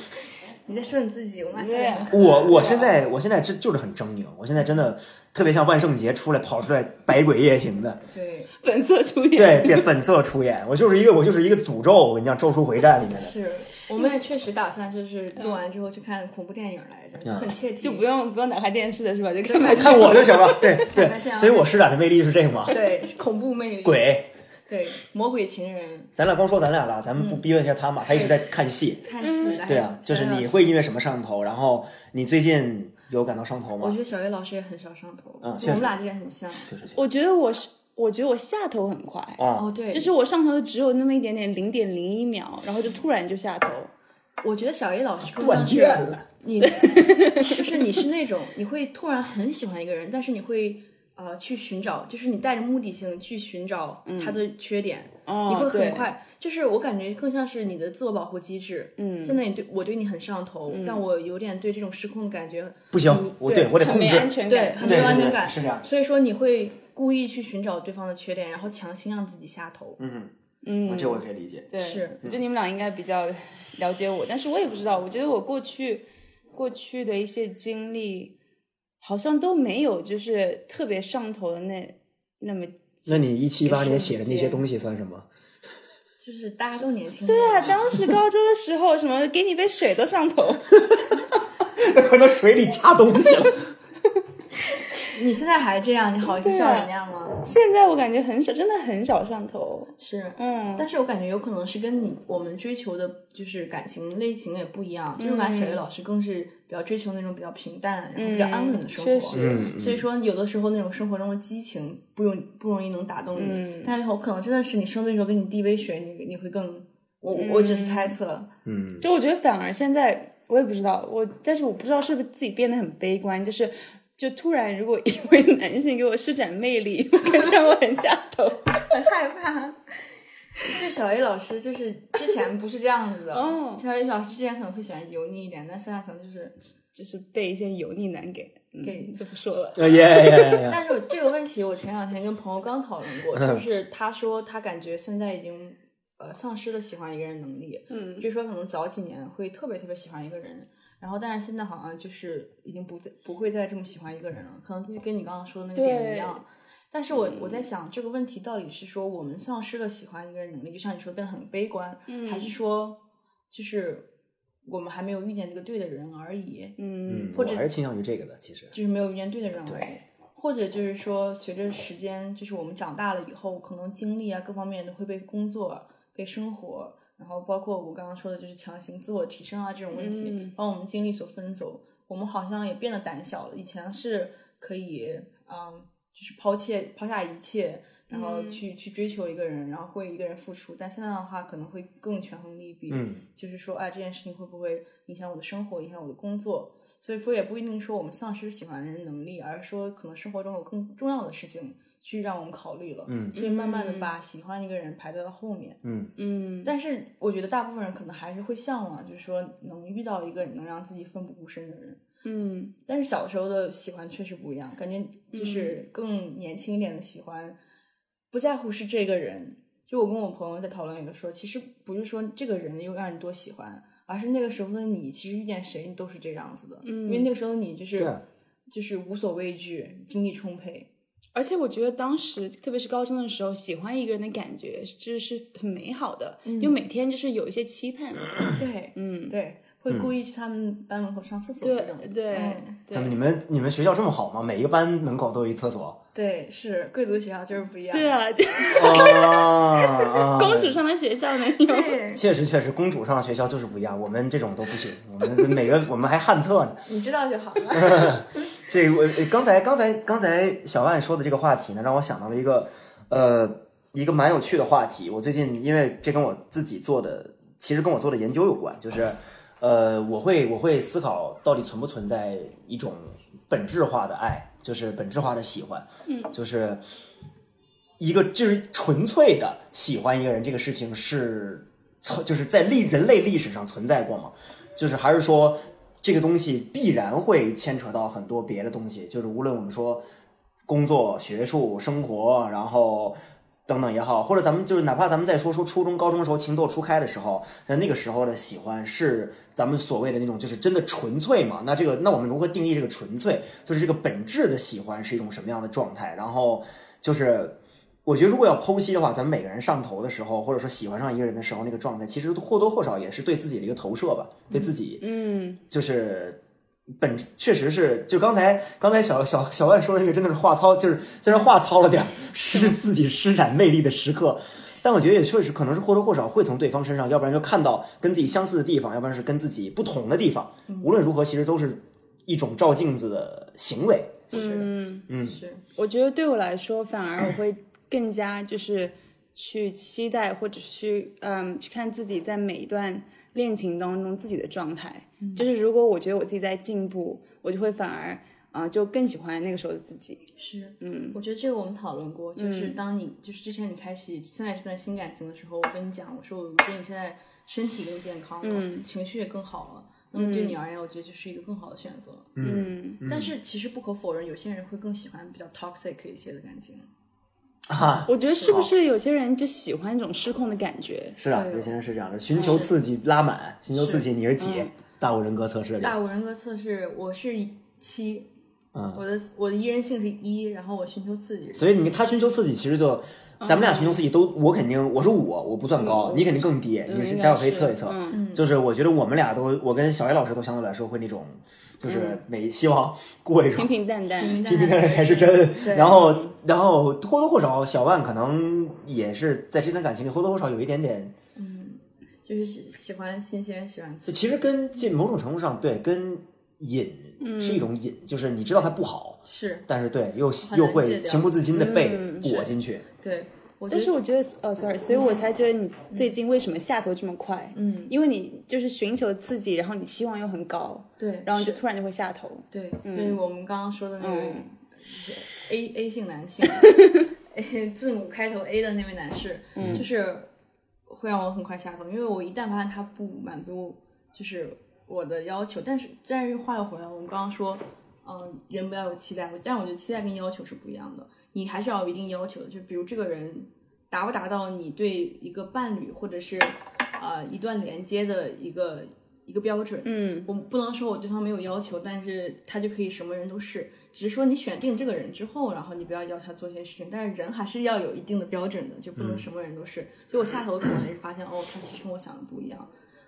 Speaker 5: 你在说你自己，我们俩笑
Speaker 3: 对
Speaker 5: 得
Speaker 3: 啊
Speaker 5: 很
Speaker 2: 我我现在我现在这就是很狰狞，我现在真的特别像万圣节出来跑出来百鬼夜行 (laughs) 的。
Speaker 5: 对，
Speaker 3: 本色出演，
Speaker 2: 对，本本色出演，我就是一个我就是一个诅咒，我跟你讲，《咒术回战》里面的，
Speaker 5: 是。我们也确实打算就是录完之后去看恐怖电影来着，就很切题。
Speaker 3: 就不用不用打开电视了是吧？就看看
Speaker 2: 看我就行了。对 (laughs) 对
Speaker 5: 看这，样
Speaker 2: 所以我施展的魅力就是这个嘛。
Speaker 5: 对恐怖魅力，
Speaker 2: 鬼，
Speaker 5: 对魔鬼情人
Speaker 2: 咱俩光说咱俩了，咱们不逼问一下他嘛？他一直在看戏。
Speaker 5: 看起
Speaker 3: 嗯
Speaker 5: 来。
Speaker 2: 嗯对啊，就是你会因为什么上头？然后你最近有感到上头
Speaker 5: 我
Speaker 2: 吗
Speaker 5: 觉？得小叶老师也很少上头，
Speaker 2: 嗯
Speaker 5: 就我们俩这点很像。
Speaker 2: 确实，确实
Speaker 3: 我觉得我是，我觉得我下头很快，
Speaker 5: 哦，
Speaker 2: 啊，
Speaker 5: 对，
Speaker 3: 就是我上头只有那么一点点，零点零一秒，然后就突然就下头。
Speaker 5: 我觉得小 A 老师更
Speaker 2: 断
Speaker 5: 像是
Speaker 2: 电了。
Speaker 3: (laughs)
Speaker 5: 你，就是你是那种你会突然很喜欢一个人，但是你会呃去寻找，就是你带着目的性去寻找他的缺点，
Speaker 3: 嗯哦
Speaker 5: 你会
Speaker 3: 对
Speaker 5: 很快。就是我感觉更像是你的自我保护机制。嗯，现在你对我对你很上头，
Speaker 3: 嗯
Speaker 5: 但我有点对这种失控的感觉
Speaker 2: 不行，我对
Speaker 5: 对
Speaker 2: 我得
Speaker 3: 很
Speaker 2: 控
Speaker 3: 没安
Speaker 2: 制。
Speaker 3: 全
Speaker 5: 对，
Speaker 3: 感
Speaker 5: 很
Speaker 2: 对
Speaker 5: 没有
Speaker 2: 对
Speaker 5: 安
Speaker 2: 对
Speaker 5: 全感，
Speaker 2: 是这样
Speaker 5: 所以说你会故意去寻找对方的缺点，然后强行让自己下头。
Speaker 2: 嗯，
Speaker 3: 嗯，
Speaker 2: 这我可以理解。
Speaker 3: 对，
Speaker 5: 是
Speaker 3: 我觉得你们俩应该比较了解我，但是我也不知道，我觉得我过去过去的一些经历，好像都没有就是特别上头的那那么。
Speaker 2: 那你一七一八年写的那
Speaker 3: 瞬
Speaker 2: 些
Speaker 3: 间
Speaker 2: 东西算什么？
Speaker 5: 就是大家都年轻，
Speaker 3: 对啊，当时高中的时候，什么给你杯水都上头，
Speaker 2: (laughs) 可能水里加东西了。
Speaker 5: 你现在还这样，你
Speaker 3: 啊
Speaker 5: 好意思笑人家吗？
Speaker 3: (laughs) 现在我感觉很少，真的很少上头。
Speaker 5: 是，
Speaker 3: 嗯
Speaker 5: 但是我感觉有可能是跟你我们追求的，就是感情类型也不一样。就是我感觉
Speaker 3: 嗯
Speaker 5: 小叶老师更是比较追求那种比较平淡，然后比较安稳的生活。
Speaker 3: 确实
Speaker 2: 嗯
Speaker 5: 所以说，有的时候那种生活中的激情不容不容易能打动你，
Speaker 3: 嗯
Speaker 5: 但有可能真的是你生病的时候给你递一杯水，你你会更，我、我只是猜测，
Speaker 2: 嗯，
Speaker 3: 就我觉得反而现在我也不知道，我但是我不知道是不是自己变得很悲观，就是就突然如果一位男性给我施展魅力， (laughs) 我感觉我很下头。
Speaker 5: 很 (laughs) 害怕。 (laughs) 就小 A 老师，就是之前不是这样子的。
Speaker 3: 哦
Speaker 5: 小 A 老师之前可能会喜欢油腻一点，但现在可能就是
Speaker 3: 就是被一些油腻男给、嗯、
Speaker 5: 给
Speaker 3: 就不说了。
Speaker 2: (laughs) 呃耶耶耶耶！
Speaker 5: 但是我这个问题，我前两天跟朋友刚讨论过，就是他说他感觉现在已经呃丧失了喜欢一个人的能力，
Speaker 3: 嗯
Speaker 5: 据说可能早几年会特别特别喜欢一个人，然后但是现在好像就是已经不再不会再这么喜欢一个人了，可能就跟你刚刚说的那个点一样。但是我我在想这个问题到底是说我们丧失了喜欢一个人能力，就像你说变得很悲观，还是说就是我们还没有遇见这个对的人而已？
Speaker 3: 嗯
Speaker 2: 嗯，
Speaker 5: 或
Speaker 2: 我
Speaker 5: 者
Speaker 2: 还是倾向于这个的，其实。
Speaker 5: 就是没有遇见对的人而已。或者就是说，随着时间，就是我们长大了以后，可能精力啊各方面都会被工作、被生活，然后包括我刚刚说的，就是强行自我提升啊这种问题，
Speaker 3: 嗯
Speaker 5: 把我们精力所分走。我们好像也变得胆小了，以前是可以，嗯，就是抛弃抛下一切，然后去、去追求一个人，然后会一个人付出。但现在的话，可能会更权衡利弊，
Speaker 2: 嗯，
Speaker 5: 就是说，哎，这件事情会不会影响我的生活，影响我的工作？所以说，也不一定说我们丧失喜欢人的能力，而是说可能生活中有更重要的事情去让我们考虑了。
Speaker 2: 嗯
Speaker 5: 所以慢慢的把喜欢一个人排在了后面。
Speaker 2: 嗯，
Speaker 3: 嗯，
Speaker 5: 但是我觉得大部分人可能还是会向往，就是说能遇到一个能让自己奋不顾身的人。
Speaker 3: 嗯
Speaker 5: 但是小时候的喜欢确实不一样，感觉
Speaker 3: 嗯
Speaker 5: 就是更年轻一点的喜欢，不在乎是这个人。就我跟我朋友在讨论，有说其实不是说这个人又让你多喜欢，而是那个时候的你，其实遇见谁你都是这样子的，
Speaker 3: 嗯
Speaker 5: 因为那个时候你就是、
Speaker 2: 对啊
Speaker 5: 就是无所畏惧，精力充沛。
Speaker 3: 而且我觉得当时，特别是高中的时候，喜欢一个人的感觉，这是很美好的，就每天就是有一些期盼。
Speaker 5: 对，
Speaker 3: 嗯，
Speaker 5: 对，会故意去他们班门口上厕所这种。
Speaker 3: 对对
Speaker 5: 嗯
Speaker 2: 怎么你
Speaker 3: 对，
Speaker 2: 们你们学校这么好吗？每一个班门口都有一厕所。
Speaker 5: 对，是贵族学校就是不一样。
Speaker 3: 对啊，就
Speaker 2: (laughs) 啊啊！
Speaker 3: 公主上的学校呢，有 (laughs)
Speaker 5: 对，
Speaker 2: 确实确实，公主上的学校就是不一样，我们这种都不行，我们每个我们还旱厕呢。
Speaker 5: 你知道就好了。
Speaker 2: 这个我呃刚才刚才刚才小万说的这个话题呢，让我想到了一个呃一个蛮有趣的话题。我最近因为这跟我自己做的，其实跟我做的研究有关，就是呃我会我会思考到底存不存在一种本质化的爱，就是本质化的喜欢，嗯，就是一个就是纯粹的喜欢一个人这个事情是存就是在历人类历史上存在过吗？就是还是说这个东西必然会牵扯到很多别的东西，就是无论我们说工作、学术、生活，然后等等也好，或者咱们就是哪怕咱们再说说初中、高中的时候情窦初开的时候，在那个时候的喜欢是咱们所谓的那种就是真的纯粹嘛？那这个那我们如何定义这个纯粹？就是这个本质的喜欢是一种什么样的状态？然后就是。我觉得，如果要剖析的话，咱们每个人上头的时候，或者说喜欢上一个人的时候，那个状态，其实或多或少也是对自己的一个投射吧，对自己，
Speaker 3: 嗯，
Speaker 2: 就是本确实是，就刚才刚才小小小万说的那个，真的是话糙，就是虽然话糙了点儿，
Speaker 3: 嗯
Speaker 2: 是自己施展魅力的时刻，但我觉得也确实可能是或多或少会从对方身上，要不然就看到跟自己相似的地方，要不然是跟自己不同的地方。
Speaker 3: 嗯
Speaker 2: 无论如何，其实都是一种照镜子的行为。
Speaker 5: 嗯嗯， (laughs) 是。
Speaker 3: 我觉得对我来说，反而我会更加就是去期待，或者去嗯去看自己在每一段恋情当中自己的状态。就是如果我觉得我自己在进步，我就会反而啊、就更喜欢那个时候的自己。
Speaker 5: 是，嗯，我觉得这个我们讨论过，
Speaker 3: 嗯
Speaker 5: 就是当你就是之前你开始现在这段新感情的时候，我跟你讲，我说我觉得你现在身体更健康了，
Speaker 3: 嗯
Speaker 5: 情绪也更好了，那么对你而言，我觉得就是一个更好的选择。
Speaker 3: 嗯，
Speaker 5: 但是其实不可否认，有些人会更喜欢比较 toxic 一些的感情。
Speaker 2: 啊，
Speaker 3: 我觉得是不是有些人就喜欢这种失控的感觉？
Speaker 2: 是啊，
Speaker 5: 对
Speaker 2: 有些人是这样的，寻求刺激拉满，寻求刺激你是几？大五人格测试里，
Speaker 5: 大五人格测试，我是七，
Speaker 2: 嗯
Speaker 5: 我的我的依人性是一，然后我寻求刺激是七，
Speaker 2: 所以你他寻求刺激，其实就咱们俩寻求刺激都，我肯定我是我，我不算高，你肯定更低，你是
Speaker 3: 应该
Speaker 2: 待会儿可以
Speaker 3: 是
Speaker 2: 测一测。
Speaker 3: 嗯
Speaker 2: 就是我觉得我们俩都，我跟小叶老师都相对来说会那种，就是每希望过一种
Speaker 3: 平平淡淡。
Speaker 5: 嗯
Speaker 2: 平平淡 (laughs) 淡才是真。
Speaker 5: 对
Speaker 2: 然后，然后或多或少，小万可能也是在这段感情里或多或少有一点点，
Speaker 5: 就是喜喜欢新鲜，喜欢刺
Speaker 2: 就
Speaker 5: 激，
Speaker 2: 其实跟这某种程度上对跟瘾是一种瘾，就是你知道它不好，
Speaker 5: 是
Speaker 2: 但是对又
Speaker 5: 很难
Speaker 2: 又
Speaker 5: 戒
Speaker 2: 会
Speaker 5: 掉
Speaker 2: 情不自禁的被
Speaker 3: 嗯
Speaker 2: 裹进去。
Speaker 5: 对。我觉
Speaker 3: 但是
Speaker 5: 得
Speaker 3: 我觉得，哦，sorry，所以我才觉得你最近为什么下头这么快？嗯，因为你就是寻求刺激，然后你期望又很高，
Speaker 5: 对，
Speaker 3: 然后就是突然就会下头。
Speaker 5: 对，就是我们刚刚说的那位
Speaker 3: 嗯
Speaker 5: A A 姓男性，A 字母开头 A 的那位男士，就是会让我很快下头，因为我一旦发现他不满足就是我的要求，但是但是话又回来，我们刚刚说，嗯、人不要有期待，但我觉得期待跟要求是不一样的，你还是要有一定要求的，就比如这个人达不达到你对一个伴侣或者是啊、呃一段连接的一个一个标准，
Speaker 3: 嗯，
Speaker 5: 我不能说我对方没有要求，但是他就可以什么人都是，只是说你选定这个人之后，然后你不要要他做一些事情，但是人还是要有一定的标准的，就不能什么人都是。所以我下头可能也是发现，哦，他其实跟我想的不一样。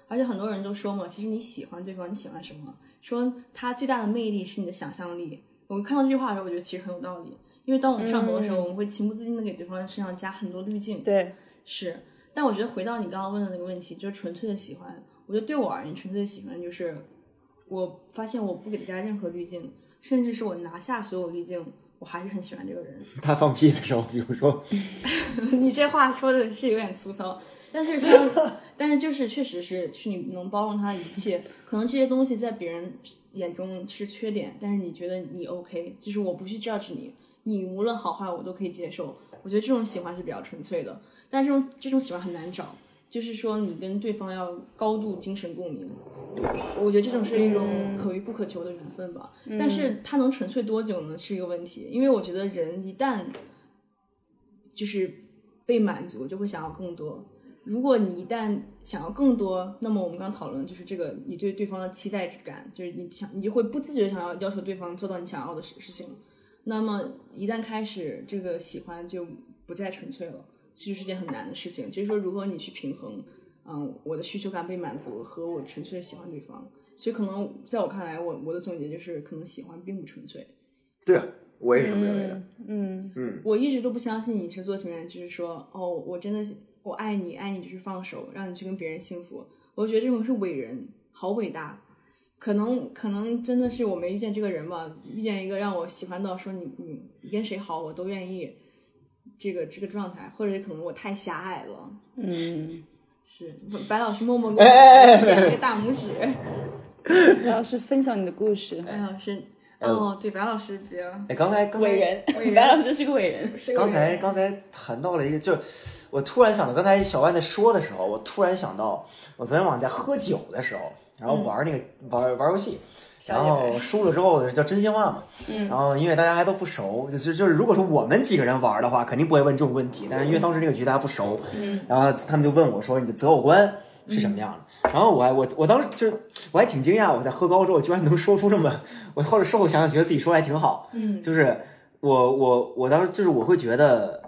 Speaker 5: 而且很多人都说嘛，其实你喜欢对方，你喜欢什么？说他最大的魅力是你的想象力。我看到这句话的时候，我觉得其实很有道理，因为当我们上头的时候，我们会情不自禁的给对方身上加很多滤镜。
Speaker 3: 嗯对，
Speaker 5: 是，但我觉得回到你刚刚问的那个问题，就是纯粹的喜欢。我觉得对我而言，纯粹的喜欢就是，我发现我不给他加任何滤镜，甚至是我拿下所有滤镜，我还是很喜欢这个人。
Speaker 2: 他放屁的时候，比如说，
Speaker 5: (laughs) 你这话说的是有点粗糙，但是像，但是就是确实是，是你能包容他的一切。可能这些东西在别人眼中是缺点，但是你觉得你 OK，就是我不去 judge 你，你无论好坏我都可以接受。我觉得这种喜欢是比较纯粹的，但是这种这种喜欢很难找，就是说你跟对方要高度精神共鸣。我觉得这种是一种可遇不可求的缘分吧，但是它能纯粹多久呢？是一个问题，因为我觉得人一旦就是被满足，就会想要更多。如果你一旦想要更多，那么我们刚讨论就是这个你对对方的期待感，就是你想你就会不自觉地想要要求对方做到你想要的事事情。那么一旦开始这个喜欢就不再纯粹了，这就是件很难的事情。就是说，如何你去平衡，嗯，我的需求感被满足和我纯粹地喜欢对方。所以可能在我看来，我我的总结就是，可能喜欢并不纯粹。
Speaker 2: 对我也是这么认为的。
Speaker 3: 嗯，
Speaker 2: 嗯，
Speaker 5: 我一直都不相信你是做情人，就是说，哦，我真的我爱你，爱你就是放手，让你去跟别人幸福。我觉得这种是伟人，好伟大。可能可能真的是我没遇见这个人吧，遇见一个让我喜欢到说你你你跟谁好我都愿意，这个这个状态，或者可能我太狭隘了。
Speaker 3: 嗯，
Speaker 5: 是白老师默默
Speaker 2: 哎
Speaker 5: 给我点了一个大拇指。
Speaker 3: 然后是分享你的故事，
Speaker 5: 白老师，
Speaker 2: 嗯
Speaker 5: 哦，对，白老师比较
Speaker 2: 哎，刚才刚才
Speaker 3: (laughs) 伟人， (laughs) 白老师是个伟人，
Speaker 5: 是个
Speaker 2: 刚才
Speaker 5: 伟人
Speaker 2: 刚才谈到了一个，就是我突然想到，刚才小万在说的时候，我突然想到，我昨天晚上在喝酒的时候，然后玩那个、玩玩游戏，然后输了之后叫真心话嘛，然后因为大家还都不熟，就是就是如果说我们几个人玩的话，肯定不会问这种问题，但是因为当时那个局大家不熟，然后他们就问我说你的择偶观。是什么样的？然后我还我我当时就是我还挺惊讶，我在喝高之后居然能说出这么，我后来事后想想觉得自己说的还挺好，嗯，就是我我我当时就是我会觉得，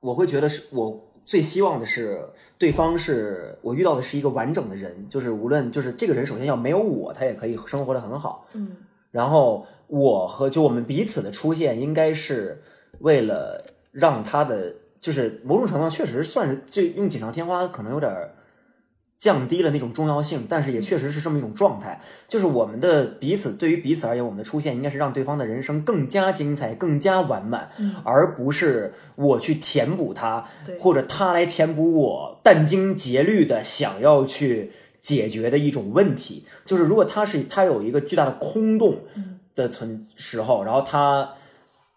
Speaker 2: 我会觉得是我最希望的是对方是我遇到的是一个完整的人，就是无论就是这个人首先要没有我，他也可以生活的很好，嗯，然后我和就我们彼此的出现应该是为了让他的就是某种程度上确实算是这用锦上添花可能有点儿降低了那种重要性，但是也确实是这么一种状态。就是我们的彼此，对于彼此而言，我们的出现应该是让对方的人生更加精彩、更加完满，而不是我去填补他，或者他来填补我，殚精竭虑的想要去解决的一种问题。就是如果他是他有一个巨大的空洞的存时候，然后他。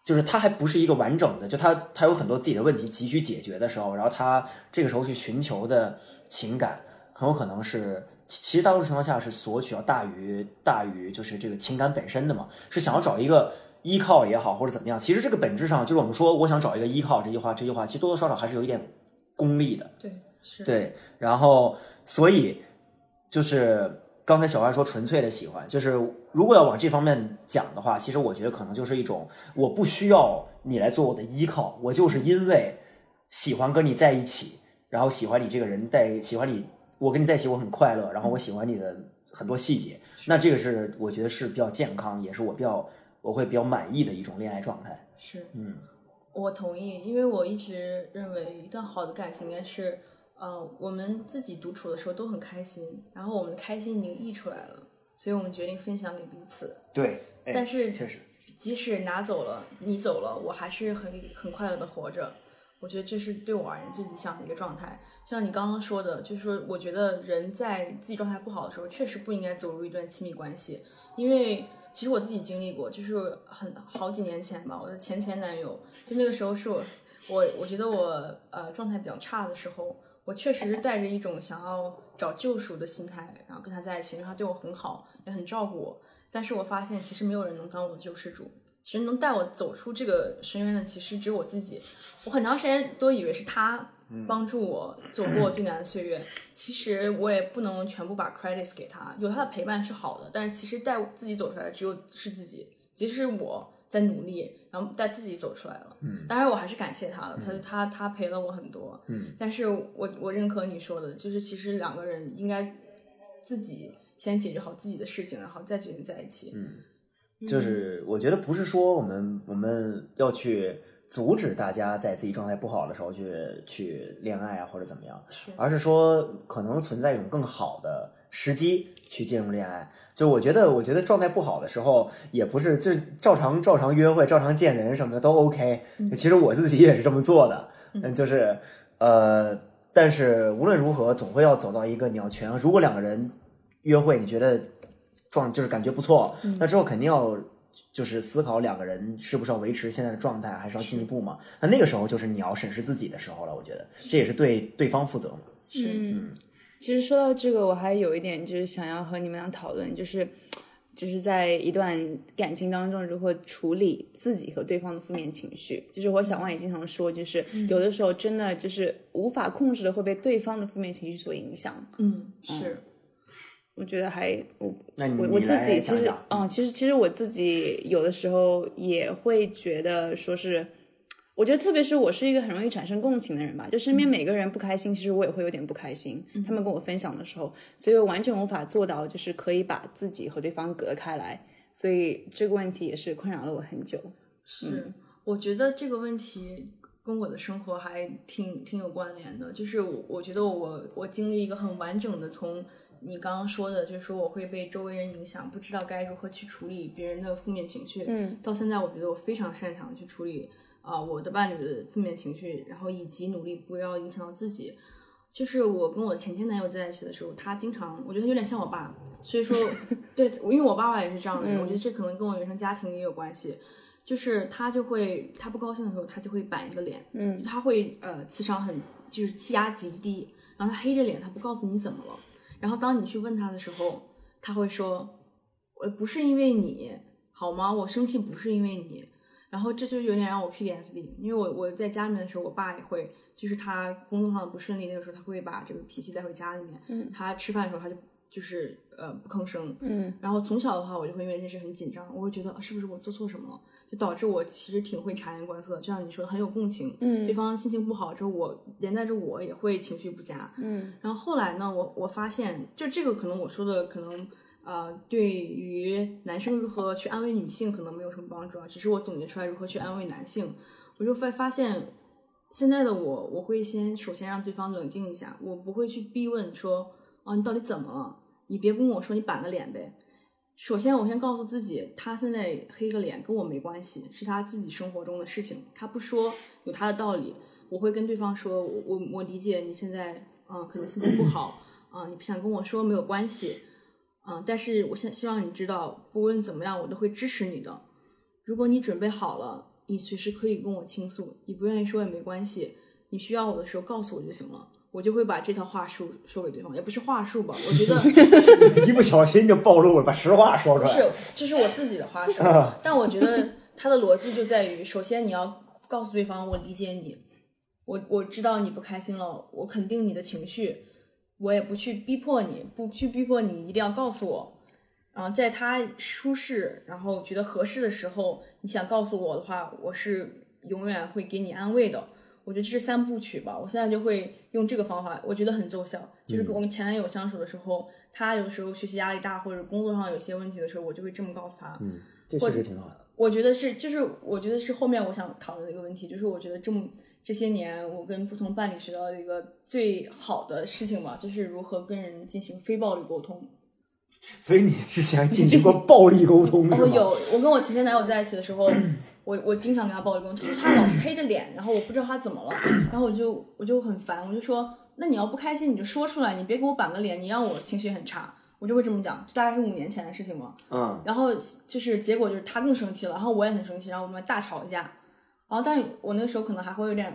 Speaker 2: 就是他还不是一个完整的，就他他有很多自己的问题急需解决的时候，然后他这个时候去寻求的情感，很有可能是其其实大多数情况下是索取要大于大于就是这个情感本身的嘛，是想要找一个依靠也好或者怎么样，其实这个本质上就是我们说我想找一个依靠这句话，这句话其实多多少少还是有一点功利的，
Speaker 5: 对是
Speaker 2: 对，然后所以就是刚才小花说纯粹的喜欢，就是如果要往这方面讲的话，其实我觉得可能就是一种我不需要你来做我的依靠，我就是因为喜欢跟你在一起，然后喜欢你这个人在，喜欢你，我跟你在一起我很快乐，然后我喜欢你的很多细节，那这个是我觉得是比较健康，也是我比较我会比较满意的一种恋爱状态。
Speaker 5: 是
Speaker 2: 嗯，
Speaker 5: 我同意，因为我一直认为一段好的感情应该是，呃，我们自己独处的时候都很开心，然后我们的开心已经溢出来了，所以我们决定分享给彼此。
Speaker 2: 对，哎
Speaker 5: 但是
Speaker 2: 确实
Speaker 5: 即使拿走了，你走了，我还是很很快乐的活着。我觉得这是对我而言最理想的一个状态。就像你刚刚说的，就是说，我觉得人在自己状态不好的时候，确实不应该走入一段亲密关系，因为其实我自己经历过，就是很好几年前吧，我的前前男友，就那个时候是我我我觉得我呃状态比较差的时候，我确实是带着一种想要找救赎的心态，然后跟他在一起，因为他对我很好，也很照顾我。但是我发现其实没有人能当我的救世主，其实能带我走出这个深渊的其实只有我自己。我很长时间都以为是他帮助我走过我最难的岁月，其实我也不能全部把 credits 给他，有他的陪伴是好的，但是其实带我自己走出来的只有是自己，其实是我在努力，然后带自己走出来了。
Speaker 2: 嗯
Speaker 5: 当然我还是感谢他了，他他他陪了我很多，
Speaker 2: 嗯，
Speaker 5: 但是我我认可你说的，就是其实两个人应该自己先解决好自己的事情，然后再决定在一起。
Speaker 2: 嗯就是我觉得不是说我们我们要去阻止大家在自己状态不好的时候去去恋爱啊或者怎么样，而是说可能存在一种更好的时机去进入恋爱。就我觉得，我觉得状态不好的时候，也不是就照常照常约会、照常见人什么的都 OK。其实我自己也是这么做的，嗯，就是呃，但是无论如何，总会要走到一个你要权衡。如果两个人约会，你觉得状就是感觉不错，
Speaker 3: 嗯
Speaker 2: 那之后肯定要就是思考两个人是不是要维持现在的状态，还是要进一步嘛？那那个时候就是你要审视自己的时候了。我觉得这也是对对方负责嘛。
Speaker 3: 嗯，其实说到这个，我还有一点就是想要和你们俩讨论，就是就是在一段感情当中如何处理自己和对方的负面情绪。就是我小万也经常说，就是有的时候真的就是无法控制的会被对方的负面情绪所影响。
Speaker 5: 嗯，是。
Speaker 3: 我觉得还我
Speaker 2: 那你
Speaker 3: 我
Speaker 2: 你
Speaker 3: 我自
Speaker 2: 来
Speaker 3: 己其
Speaker 2: 讲
Speaker 3: 实
Speaker 2: 讲，
Speaker 3: 嗯，其实其实我自己有的时候也会觉得说是，我觉得特别是我是一个很容易产生共情的人吧，就
Speaker 2: 嗯
Speaker 3: 身边每个人不开心，其实我也会有点不开心。他们跟我分享的时候，所以我完全无法做到，就是可以把自己和对方隔开来。所以这个问题也是困扰了我很久。
Speaker 5: 是，我觉得这个问题跟我的生活还挺挺有关联的。就是我我觉得我我经历一个很完整的，从你刚刚说的，就是说我会被周围人影响，不知道该如何去处理别人的负面情绪。
Speaker 3: 嗯，
Speaker 5: 到现在我觉得我非常擅长去处理啊、我的伴侣的负面情绪，然后以及努力不要影响到自己。就是我跟我前前男友在一起的时候，他经常我觉得他有点像我爸，所以说对，因为我爸爸也是这样的人，我觉得这可能跟我原生家庭也有关系。就是他就会，他不高兴的时候，他就会板一个脸，嗯，他会呃磁场很就是气压极低，然后他黑着脸，他不告诉你怎么了，然后当你去问他的时候，他会说，我不是因为你好吗？我生气不是因为你，然后这就有点让我 PTSD，因为我我在家里面的时候，我爸也会，就是他工作上的不顺利，那个时候他会把这个脾气带回家里面，嗯，他吃饭的时候他就就是呃不吭声，
Speaker 3: 嗯，
Speaker 5: 然后从小的话，我就会因为这事很紧张，我会觉得啊是不是我做错什么了，就导致我其实挺会察言观色，就像你说的很有共情，
Speaker 3: 嗯
Speaker 5: 对方心情不好之后，我连带着我也会情绪不佳，
Speaker 3: 嗯
Speaker 5: 然后后来呢，我我发现，就这个可能我说的可能呃，对于男生如何去安慰女性可能没有什么帮助啊，只是我总结出来如何去安慰男性，我就会发现现在的我，我会先首先让对方冷静一下，我不会去逼问说啊你到底怎么了，你别跟我说你板个脸呗。首先，我先告诉自己，他现在黑个脸跟我没关系，是他自己生活中的事情，他不说有他的道理。我会跟对方说，我我我理解你现在，嗯、可能心情不好，嗯、你不想跟我说没有关系，嗯、但是我现希望你知道，不论怎么样，我都会支持你的。如果你准备好了，你随时可以跟我倾诉，你不愿意说也没关系，你需要我的时候告诉我就行了，我就会把这条话术说给对方，也不是话术吧，我觉得
Speaker 2: 一不小心就暴露了，把实话说出
Speaker 5: 不
Speaker 2: 来。
Speaker 5: 是，这是我自己的话术，但我觉得他的逻辑就在于，首先你要告诉对方，我理解你，我我知道你不开心了，我肯定你的情绪，我也不去逼迫你，不去逼迫你一定要告诉我。然后在他舒适，然后觉得合适的时候，你想告诉我的话，我是永远会给你安慰的。我觉得这是三部曲吧，我现在就会用这个方法，我觉得很奏效。就是跟我跟前男友相处的时候，他有时候学习压力大或者工作上有些问题的时候，我就会这么告诉他。
Speaker 2: 嗯，这确实挺好的。
Speaker 5: 我觉得是，就是我觉得是后面我想讨论的一个问题，就是我觉得这么这些年我跟不同伴侣学到的一个最好的事情吧，就是如何跟人进行非暴力沟通。
Speaker 2: 所以你之前进行过暴力沟通
Speaker 3: (laughs)
Speaker 2: 是吗？
Speaker 5: 我
Speaker 3: 哦
Speaker 5: 有，我跟我前前男友在一起的时候，我我经常跟他暴力沟通，就是他老是黑着脸，然后我不知道他怎么了，然后我就我就很烦，我就说，那你要不开心你就说出来，你别给我板个脸，你让我情绪很差，我就会这么讲，这大概是五年前的事情嘛。
Speaker 2: 嗯，
Speaker 5: 然后就是结果就是他更生气了，然后我也很生气，然后我们大吵一架。然后，但我那个时候可能还会有点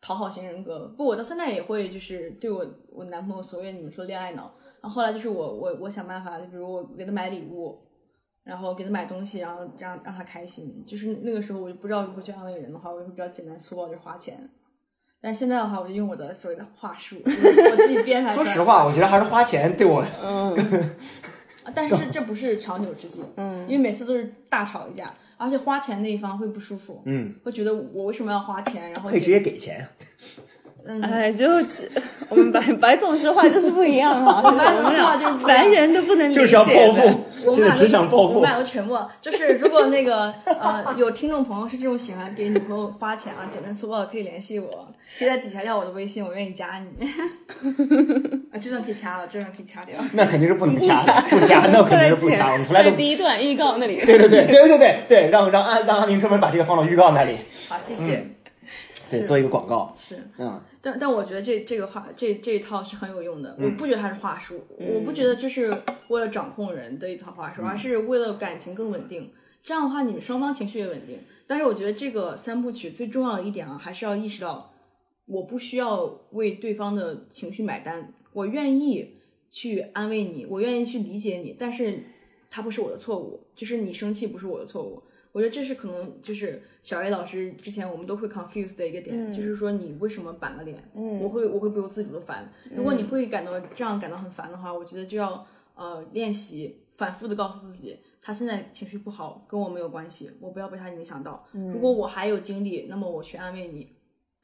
Speaker 5: 讨好型人格，不，我到现在也会就是对我我男朋友所谓你们说恋爱脑。然后后来就是我我我想办法，就比如我给他买礼物，然后给他买东西，然后让让他开心。就是那个时候我就不知道如何去安慰人的话，我就会比较简单粗暴，就是花钱。但现在的话，我就用我的所谓的话术，就是我自己编排。
Speaker 2: (laughs) 说实，话，我觉得还是花钱对我
Speaker 3: 哦
Speaker 5: 但是这这不是长久之计，嗯，因为每次都是大吵一架，而且花钱那一方会不舒服，
Speaker 2: 嗯，
Speaker 5: 会觉得我为什么要花钱，然后
Speaker 2: 可以直接给钱。嗯
Speaker 3: 哎，就是我们白白总说话就是不一样啊，我
Speaker 5: 白总
Speaker 3: 们
Speaker 5: 说话
Speaker 3: 俩
Speaker 5: 就是不一样
Speaker 3: 凡人都不能理解
Speaker 2: (laughs) 就是要报
Speaker 3: 的
Speaker 2: 复， (laughs)
Speaker 5: 我们
Speaker 2: 真的
Speaker 5: 俩
Speaker 2: 只
Speaker 5: 都
Speaker 2: 想报
Speaker 5: 我
Speaker 2: 复
Speaker 5: 们。俩都沉默。就是如果那个呃，有听众朋友是这种喜欢给女朋友花钱啊，简单粗暴的，可以联系我，可以在底下要我的微信，我愿意加你。 (laughs) 啊，这段可以掐了，这段可以掐掉。
Speaker 2: 那肯定是不能掐的，不掐，那肯定是不掐。我们从来都不
Speaker 3: 第一段预告
Speaker 2: (laughs)
Speaker 3: 那里。
Speaker 2: 对对对对对对对，让让阿让阿明专门把这个放到预告那里，
Speaker 5: 好，谢谢。
Speaker 2: 嗯对，做一个广告。
Speaker 5: 是，
Speaker 2: 嗯，
Speaker 5: 但但我觉得这这个话这这一套是很有用的，我不觉得它是话术，我不觉得这是为了掌控人的一套话术，而是为了感情更稳定。这样的话，你们双方情绪也稳定。但是我觉得这个三部曲最重要的一点啊，还是要意识到，我不需要为对方的情绪买单，我愿意去安慰你，我愿意去理解你，但是它不是我的错误，就是你生气不是我的错误。我觉得这是可能就是小 A 老师之前我们都会 confuse 的一个点，就是说你为什么板个脸？嗯，我会我会不由自主的烦。如果你会感到这样感到很烦的话，我觉得就要呃练习反复的告诉自己，他现在情绪不好跟我没有关系，我不要被他影响到。如果我还有精力，那么我去安慰你。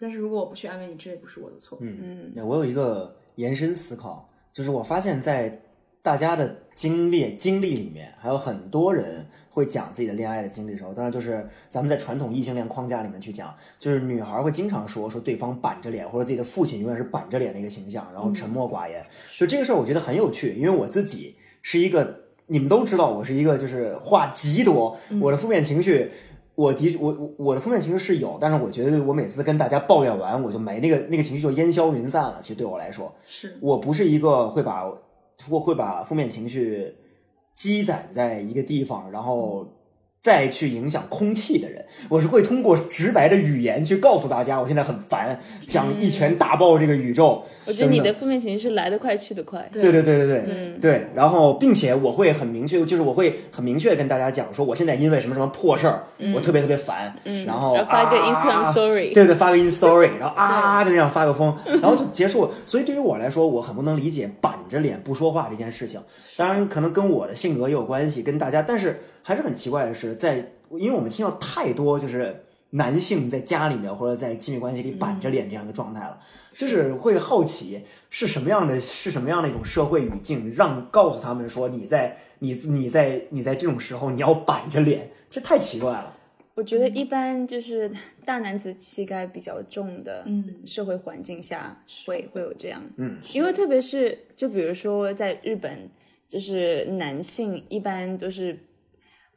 Speaker 5: 但是如果我不去安慰你，这也不是我的错。嗯，
Speaker 2: 对我有一个延伸思考，就是我发现，在大家的经历经历里面，还有很多人会讲自己的恋爱的经历的时候，当然就是咱们在传统异性恋框架里面去讲，就是女孩会经常说说对方板着脸，或者自己的父亲永远是板着脸的一个形象，然后沉默寡言。就这个事儿，我觉得很有趣，因为我自己是一个。你们都知道，我是一个就是话极多，我的负面情绪我的我我我的负面情绪是有，但是我觉得我每次跟大家抱怨完，我就没那个那个情绪就烟消云散了。其实对我来说，
Speaker 5: 是
Speaker 2: 我不是一个会把会会把负面情绪积攒在一个地方，然后再去影响空气的人。我是会通过直白的语言去告诉大家，我现在很烦，想一
Speaker 3: 嗯
Speaker 2: 拳打爆这个宇宙。
Speaker 3: 我觉得你
Speaker 2: 等等
Speaker 3: 的负面情绪是来得快去得快，
Speaker 2: 对对对对对、对，然后并且我会很明确，就是我会很明确地跟大家讲说，我现在因为什么什么破事儿，我特别特别烦，然后
Speaker 3: 嗯然后发一个
Speaker 2: 啊
Speaker 3: Instagram story
Speaker 2: 对对，发个 in story，然后啊就那样发个疯，然后就结束。所以对于我来说，我很不能理解板着脸不说话这件事情，当然可能跟我的性格也有关系，跟大家，但是还是很奇怪的是，在因为我们听到太多就是。男性在家里面或者在亲密关系里板着脸这样一个状态了，就是会好奇是什么样的是什么样的一种社会语境，让告诉他们说你在你你在你在这种时候你要板着脸，这太奇怪了。
Speaker 3: 我觉得一般就是大男子气概比较重的社会环境下会、会有这样，
Speaker 2: 嗯，
Speaker 3: 因为特别是就比如说在日本，就是男性一般都是，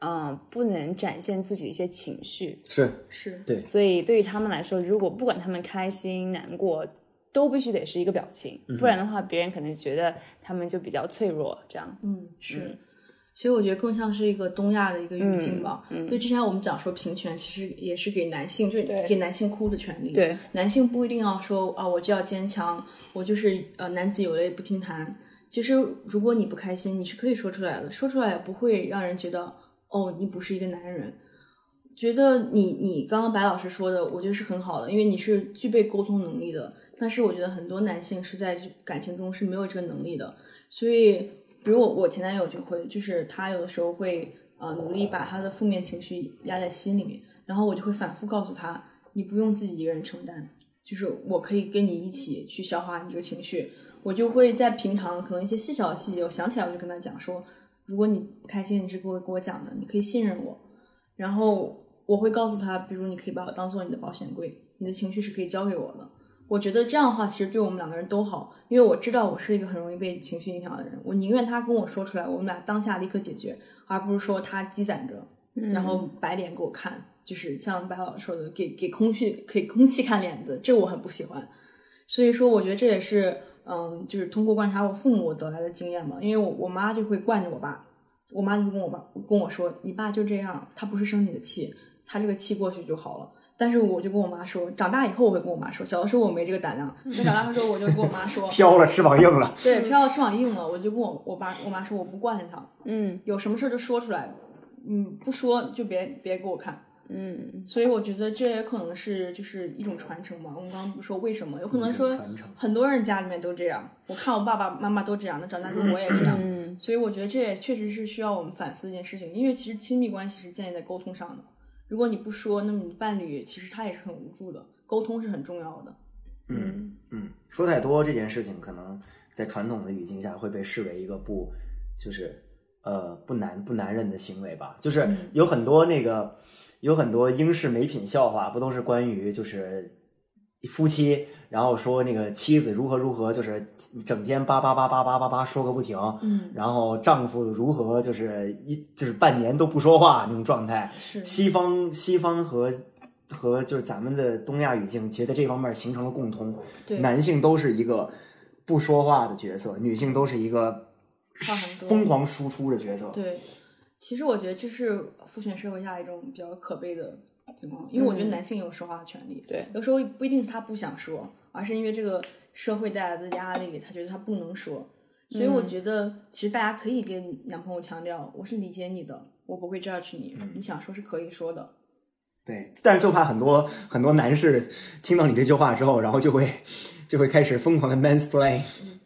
Speaker 3: 嗯、不能展现自己的一些情绪，
Speaker 2: 是
Speaker 5: 是，
Speaker 2: 对，
Speaker 3: 所以对于他们来说，如果不管他们开心难过，都必须得是一个表情，不然的话，别人可能觉得他们就比较脆弱，这样，
Speaker 5: 嗯是。所以我觉得更像是一个东亚的一个语
Speaker 3: 嗯
Speaker 5: 境吧，因为之前我们讲说平权，其实也是给男性，就是
Speaker 3: 对
Speaker 5: 给男性哭的权利。
Speaker 3: 对，
Speaker 5: 男性不一定要说啊，我就要坚强，我就是呃，男子有泪不轻弹。其实如果你不开心，你是可以说出来的，说出来也不会让人觉得哦，你不是一个男人。觉得你你刚刚白老师说的，我觉得是很好的，因为你是具备沟通能力的。但是我觉得很多男性是在感情中是没有这个能力的，所以比如我我前男友就会，就是他有的时候会呃努力把他的负面情绪压在心里面，然后我就会反复告诉他，你不用自己一个人承担，就是我可以跟你一起去消化你这个情绪。我就会在平常可能一些细小的细节，我想起来我就跟他讲说，如果你不开心，你是给我给我讲的，你可以信任我。然后我会告诉他，比如你可以把我当做你的保险柜，你的情绪是可以交给我的。我觉得这样的话，其实对我们两个人都好，因为我知道我是一个很容易被情绪影响的人，我宁愿他跟我说出来，我们俩当下立刻解决，而不是说他积攒着，
Speaker 3: 嗯
Speaker 5: 然后摆脸给我看，就是像白老师说的，给给空气给空气看脸子，这我很不喜欢。所以说，我觉得这也是，嗯，就是通过观察我父母我得来的经验嘛，因为我我妈就会惯着我爸，我妈就跟我爸跟我说，你爸就这样，他不是生你的气，他这个气过去就好了。但是我就跟我妈说，长大以后我会跟我妈说，小的时候我没这个胆量，那长大的时候我就跟我妈说
Speaker 2: 飘了，翅膀硬了。
Speaker 5: 对，飘到翅膀硬了，我就跟我我爸我妈说，我不惯着他，
Speaker 3: 嗯
Speaker 5: 有什么事儿就说出来，嗯，不说就别别给我看。
Speaker 3: 嗯，
Speaker 5: 所以我觉得这也可能是就是一种传承嘛。我们刚刚不说为什么，有可能
Speaker 2: 一
Speaker 5: 说
Speaker 2: 种传承
Speaker 5: 很多人家里面都这样，我看我爸爸妈妈都这样，那长大之后我也
Speaker 2: (laughs)
Speaker 5: 这样。
Speaker 3: 嗯
Speaker 5: 所以我觉得这也确实是需要我们反思一件事情，因为其实亲密关系是建立在沟通上的。如果你不说，那么你伴侣其实他也是很无助的，沟通是很重要的。
Speaker 2: 嗯嗯，说太多这件事情，可能在传统的语境下会被视为一个不，就是呃不男不男人的行为吧。就是有很多那个有很多英式美品笑话，不都是关于就是夫妻，然后说那个妻子如何如何，就是整天叭叭叭叭叭叭叭说个不停，
Speaker 5: 嗯，
Speaker 2: 然后丈夫如何就是一就是半年都不说话那种状态。
Speaker 5: 是
Speaker 2: 西方西方和和就是咱们的东亚语境，其实在这方面形成了共通，
Speaker 5: 对
Speaker 2: 男性都是一个不说话的角色，女性都是一个
Speaker 5: 话很多
Speaker 2: 疯狂输出的角色。
Speaker 5: 对，其实我觉得这是父权社会下一种比较可悲的情况，因为我觉得
Speaker 2: 嗯
Speaker 5: 男性也有说话的权利。
Speaker 3: 对
Speaker 5: 有时候不一定是他不想说，而是因为这个社会带来的压力，他觉得他不能说。所以
Speaker 2: 嗯
Speaker 5: 我觉得，其实大家可以跟男朋友强调，我是理解你的，我不会 judge 你，
Speaker 2: 嗯
Speaker 5: 你想说是可以说的。
Speaker 2: 对，但是就怕很多很多男士听到你这句话之后，然后就会就会开始疯狂的 mansplain。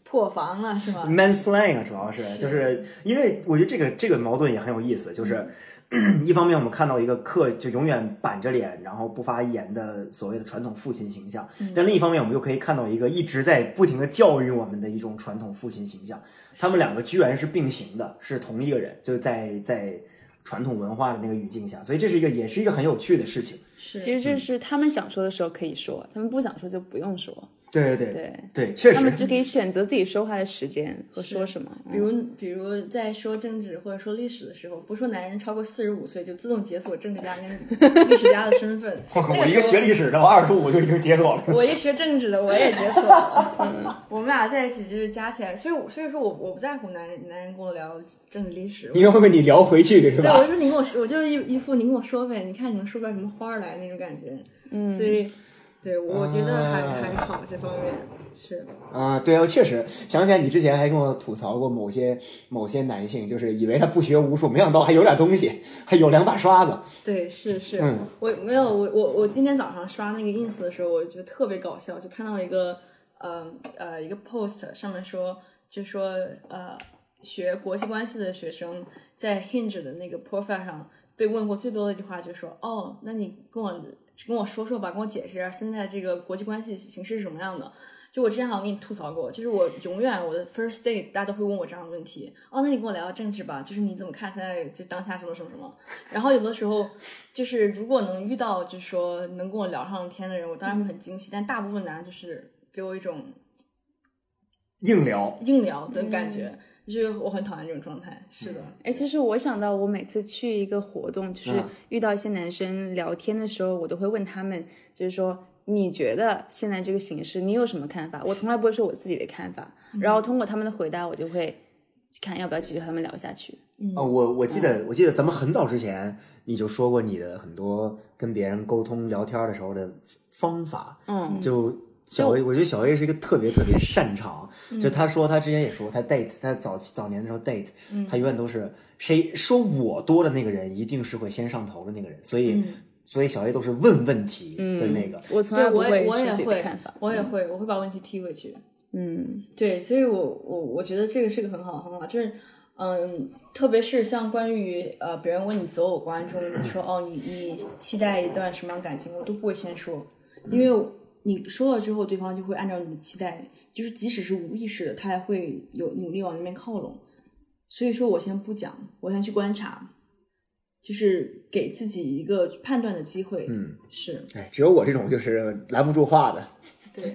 Speaker 5: 破防了是吗？
Speaker 2: mansplain 啊，主要是就是因为我觉得这个这个矛盾也很有意思，就是、
Speaker 5: 嗯
Speaker 2: (clears throat) 一方面我们看到一个刻就永远板着脸，然后不发一言的所谓的传统父亲形象，
Speaker 5: 嗯
Speaker 2: 但另一方面我们又可以看到一个一直在不停的教育我们的一种传统父亲形象，他们两个居然是并行的，是同一个人，就是在在传统文化的那个语境下，所以这是一个也是一个很有趣的事情。
Speaker 5: 是，
Speaker 3: 其实这是他们想说的时候可以说，他们不想说就不用说，
Speaker 2: 对对
Speaker 3: 对
Speaker 2: 对，确
Speaker 3: 他
Speaker 2: 实
Speaker 3: 们只可以选择自己说话的时
Speaker 5: (laughs)
Speaker 3: 间和说什么。
Speaker 5: 比如比如在说政治或者说历史的时候，不说男人超过四十五岁就自动解锁政治家跟历史家的身份。那
Speaker 2: (laughs) 我一
Speaker 5: 时
Speaker 2: 个
Speaker 5: 候
Speaker 2: 学历史的，我二十五就已经解锁了。 (laughs)
Speaker 5: 我一学政治的，我也解锁了。嗯，我们俩在一起就是加起来，所以我所以说我我不在乎男人男人跟我聊政治历史。
Speaker 2: 因为会被你聊回去是
Speaker 5: 对，
Speaker 2: 吧
Speaker 5: 我？就说你跟我说，我就一一副你跟我说呗，你看你能说出来什么花儿来那种感觉。嗯，所以对我觉得还、
Speaker 2: 啊
Speaker 5: 还好这方面是
Speaker 2: 啊，对啊，确实想起来，你之前还跟我吐槽过某些某些男性，就是以为他不学无术，没想到还有点东西，还有两把刷子。
Speaker 5: 对是是，
Speaker 2: 嗯
Speaker 5: 我没有我我我今天早上刷那个 ins 的时候，我觉得特别搞笑，就看到一个呃呃一个 post 上面说，就说呃学国际关系的学生在 Hinge 的那个 profile 上被问过最多的一句话，就说哦，那你跟我跟我说说吧，跟我解释一下现在这个国际关系形势是什么样的。就我之前好像跟你吐槽过，就是我永远我的 first date 大家都会问我这样的问题，哦，那你跟我聊聊政治吧，就是你怎么看现在就当下什么什么什么。然后有的时候就是如果能遇到就是说能跟我聊上天的人，我当然会很惊喜，但大部分男的就是给我一种
Speaker 2: 硬聊，
Speaker 5: 硬聊的感觉，就是我很讨厌这种状态。是的，
Speaker 3: 哎，其实我想到，我每次去一个活动，就是
Speaker 2: 嗯
Speaker 3: 遇到一些男生聊天的时候，我都会问他们，就是说你觉得现在这个形势，你有什么看法？我从来不会说我自己的看法，
Speaker 5: 嗯
Speaker 3: 然后通过他们的回答，我就会看要不要继续和他们聊下去。
Speaker 2: 啊，我我记
Speaker 3: 嗯
Speaker 2: 得，我记得咱们很早之前你就说过你的很多跟别人沟通聊天的时候的方法。
Speaker 3: 嗯，
Speaker 2: 就小 A，我觉得小 A 是一个特别特别擅
Speaker 3: (laughs)
Speaker 2: 长，
Speaker 3: 嗯
Speaker 2: 就他说他之前也说他 date，他早期早年的时候 date，他
Speaker 3: 嗯
Speaker 2: 永远都是谁说我多的那个人一定是会先上头的那个人，所以
Speaker 3: 嗯
Speaker 2: 所以小 A 都是问问题的那个。
Speaker 3: 我从
Speaker 5: 对
Speaker 3: 来不
Speaker 5: 我也
Speaker 3: 会
Speaker 5: 我
Speaker 3: 说
Speaker 5: 也
Speaker 3: 自己的看
Speaker 5: 会
Speaker 3: 法，。
Speaker 5: 我也会，我会把问题踢回去。
Speaker 3: 嗯，
Speaker 5: 对，所以我我我觉得这个是个很好的方法，就是嗯，特别是像关于呃别人问你择偶观中，你说哦你你期待一段什么样的感情，我都不会先说，因为你说了之后，对方就会按照你的期待，就是即使是无意识的，他也会有努力往那边靠拢。所以说我先不讲，我先去观察，就是给自己一个判断的机会。
Speaker 2: 嗯，
Speaker 5: 是
Speaker 2: 哎，只有我这种就是拦不住话的，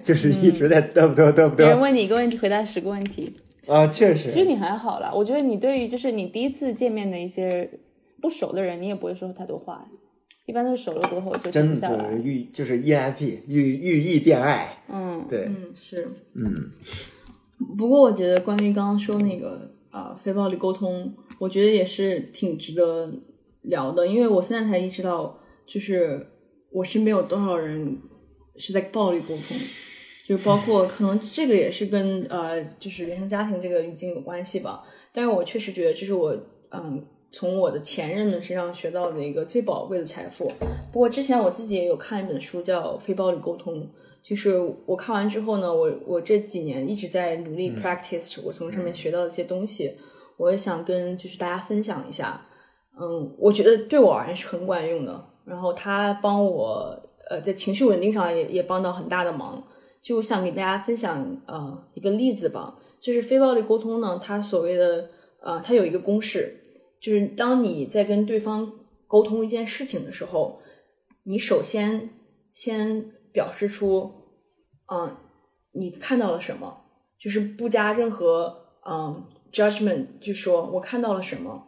Speaker 2: 就是
Speaker 3: 嗯
Speaker 2: 一直在嘚不嘚嘚不
Speaker 5: 啊
Speaker 3: 别人
Speaker 2: 嘚。
Speaker 3: 问你一个问题，回答十个问题。
Speaker 2: 啊，确
Speaker 3: 其实
Speaker 2: 实，
Speaker 3: 你还好啦，我觉得你对于就是你第一次见面的一些不熟的人，你也不会说太多话，一般都是熟了过后就停
Speaker 2: 真
Speaker 3: 不
Speaker 2: 的
Speaker 3: 下
Speaker 2: 就
Speaker 3: 来
Speaker 2: 是。遇就是 ENFP 遇遇意变爱，
Speaker 3: 嗯，
Speaker 2: 对，
Speaker 5: 嗯，是。
Speaker 2: 嗯，
Speaker 5: 不过我觉得关于刚刚说那个呃非暴力沟通，我觉得也是挺值得聊的，因为我现在才意识到，就是我身边有多少人是在暴力沟通，就包括可能这个也是跟呃就是原生家庭这个语境有关系吧。但是我确实觉得这是我嗯从我的前任们身上学到的一个最宝贵的财富。不过之前我自己也有看一本书叫《非暴力沟通》，就是我看完之后呢，我我这几年一直在努力 practice 我从上面学到的一些东西，我也想跟就是大家分享一下。嗯，我觉得对我而言是很管用的，然后它帮我呃在情绪稳定上也也帮到很大的忙。就我想给大家分享呃一个例子吧，就是非暴力沟通呢，它所谓的呃它有一个公式，就是当你在跟对方沟通一件事情的时候，你首先先表示出，嗯、你看到了什么，就是不加任何嗯、judgment，就说我看到了什么，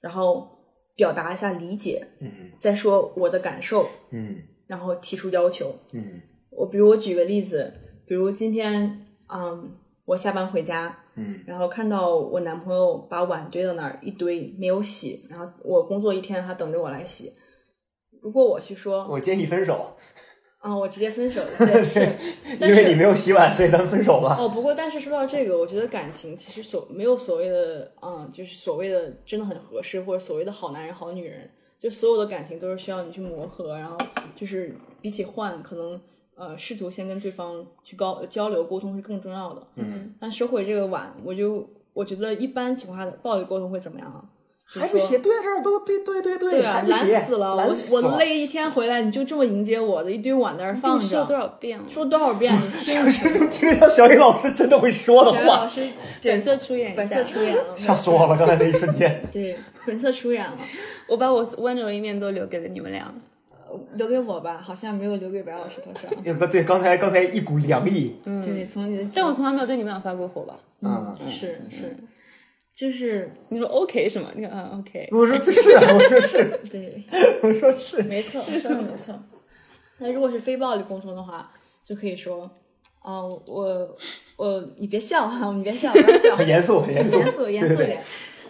Speaker 5: 然后表达一下理解，
Speaker 2: 嗯
Speaker 5: 再说我的感受，
Speaker 2: 嗯
Speaker 5: 然后提出要求。
Speaker 2: 嗯
Speaker 5: 我比如我举个例子，比如今天嗯，我下班回家，
Speaker 2: 嗯
Speaker 5: 然后看到我男朋友把碗堆到那儿一堆没有洗，然后我工作一天，他等着我来洗。如果我去说，
Speaker 2: 我建议分手，
Speaker 5: 啊、我直接分
Speaker 2: (laughs)
Speaker 5: 手，对，是，但
Speaker 2: 因为你
Speaker 5: 是
Speaker 2: 没有洗碗，所以咱们分手吧。
Speaker 5: 哦，不过但是说到这个，我觉得感情其实所没有所谓的，嗯，就是所谓的真的很合适，或者所谓的好男人、好女人，就所有的感情都是需要你去磨合，然后就是比起换，可能呃试图先跟对方去高交流沟通是更重要的。
Speaker 2: 嗯，
Speaker 5: 那说回这个碗，我就我觉得一般情况下的暴力沟通会怎么样啊？
Speaker 2: 还不洗？对啊，这儿都对对对对
Speaker 5: 对
Speaker 2: 还
Speaker 5: 啊，
Speaker 2: 不洗，
Speaker 5: 懒死了！
Speaker 2: 懒
Speaker 5: 我
Speaker 2: 死
Speaker 5: 我
Speaker 2: (laughs)
Speaker 5: 累一天回来，你就这么迎接我的一堆碗在那儿放
Speaker 3: 你说了多
Speaker 5: 着，
Speaker 3: 少遍了？
Speaker 5: 说多少遍？你
Speaker 2: (laughs)
Speaker 5: 听
Speaker 2: 当时都听着像小雨老师真的会说的
Speaker 5: 小
Speaker 2: 话
Speaker 5: 老，
Speaker 2: (laughs)
Speaker 5: 师
Speaker 3: 本色出演一
Speaker 5: 本
Speaker 3: 下
Speaker 5: 色，出演了，
Speaker 2: 吓死我了！刚才那一瞬间， (laughs)
Speaker 5: 对，本色出演了，
Speaker 3: 我把我温柔一面都留给了你们俩。
Speaker 5: 呃留给我吧，好像没有留给白老师头上。
Speaker 2: 呃不对，刚才刚才一股凉意，
Speaker 5: 对，从你的
Speaker 3: 嗯
Speaker 5: 啊
Speaker 3: 但我从来没有对你们俩发过火吧？
Speaker 2: 嗯，
Speaker 5: 是是，就是
Speaker 3: 你说 OK 是吗？你看啊 OK，
Speaker 2: 我说 (laughs) 这是啊，我说是，
Speaker 5: 对，
Speaker 2: 我说是，
Speaker 5: 没错，说的没错。那如果是非暴力沟通的话，就可以说，哦，我我你别笑哈，你别笑，不要笑，
Speaker 2: 很严肃，很严肃，
Speaker 5: 严肃严肃
Speaker 2: 对
Speaker 5: 一
Speaker 2: 对对
Speaker 5: 点，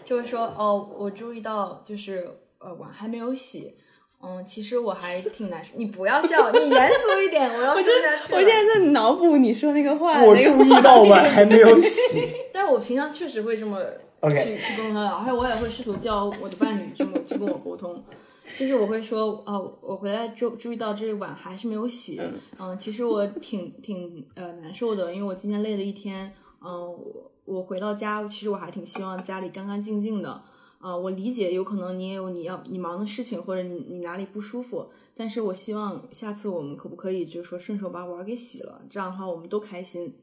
Speaker 5: 就是说哦，我注意到就是呃碗还没有洗，嗯，其实我还挺难受。你不要笑，你严肃一点，我要说下去了。
Speaker 3: 我现在在脑补你说那个话，
Speaker 2: 我
Speaker 5: 哎
Speaker 3: 那个
Speaker 2: 注意到碗还没有洗， (laughs)
Speaker 5: 但是我平常确实会这么去
Speaker 2: OK
Speaker 5: 去沟通的，而且我也会试图叫我的伴侣这么去跟我沟通，就是我会说啊、我回来注注意到这碗还是没有洗，嗯、其实我挺挺呃难受的，因为我今天累了一天，嗯、我我回到家，其实我还挺希望家里干干净净的。啊、我理解，有可能你也有你要你忙的事情，或者你你哪里不舒服，但是我希望下次我们可不可以就是说顺手把碗给洗了，这样的话我们都开心。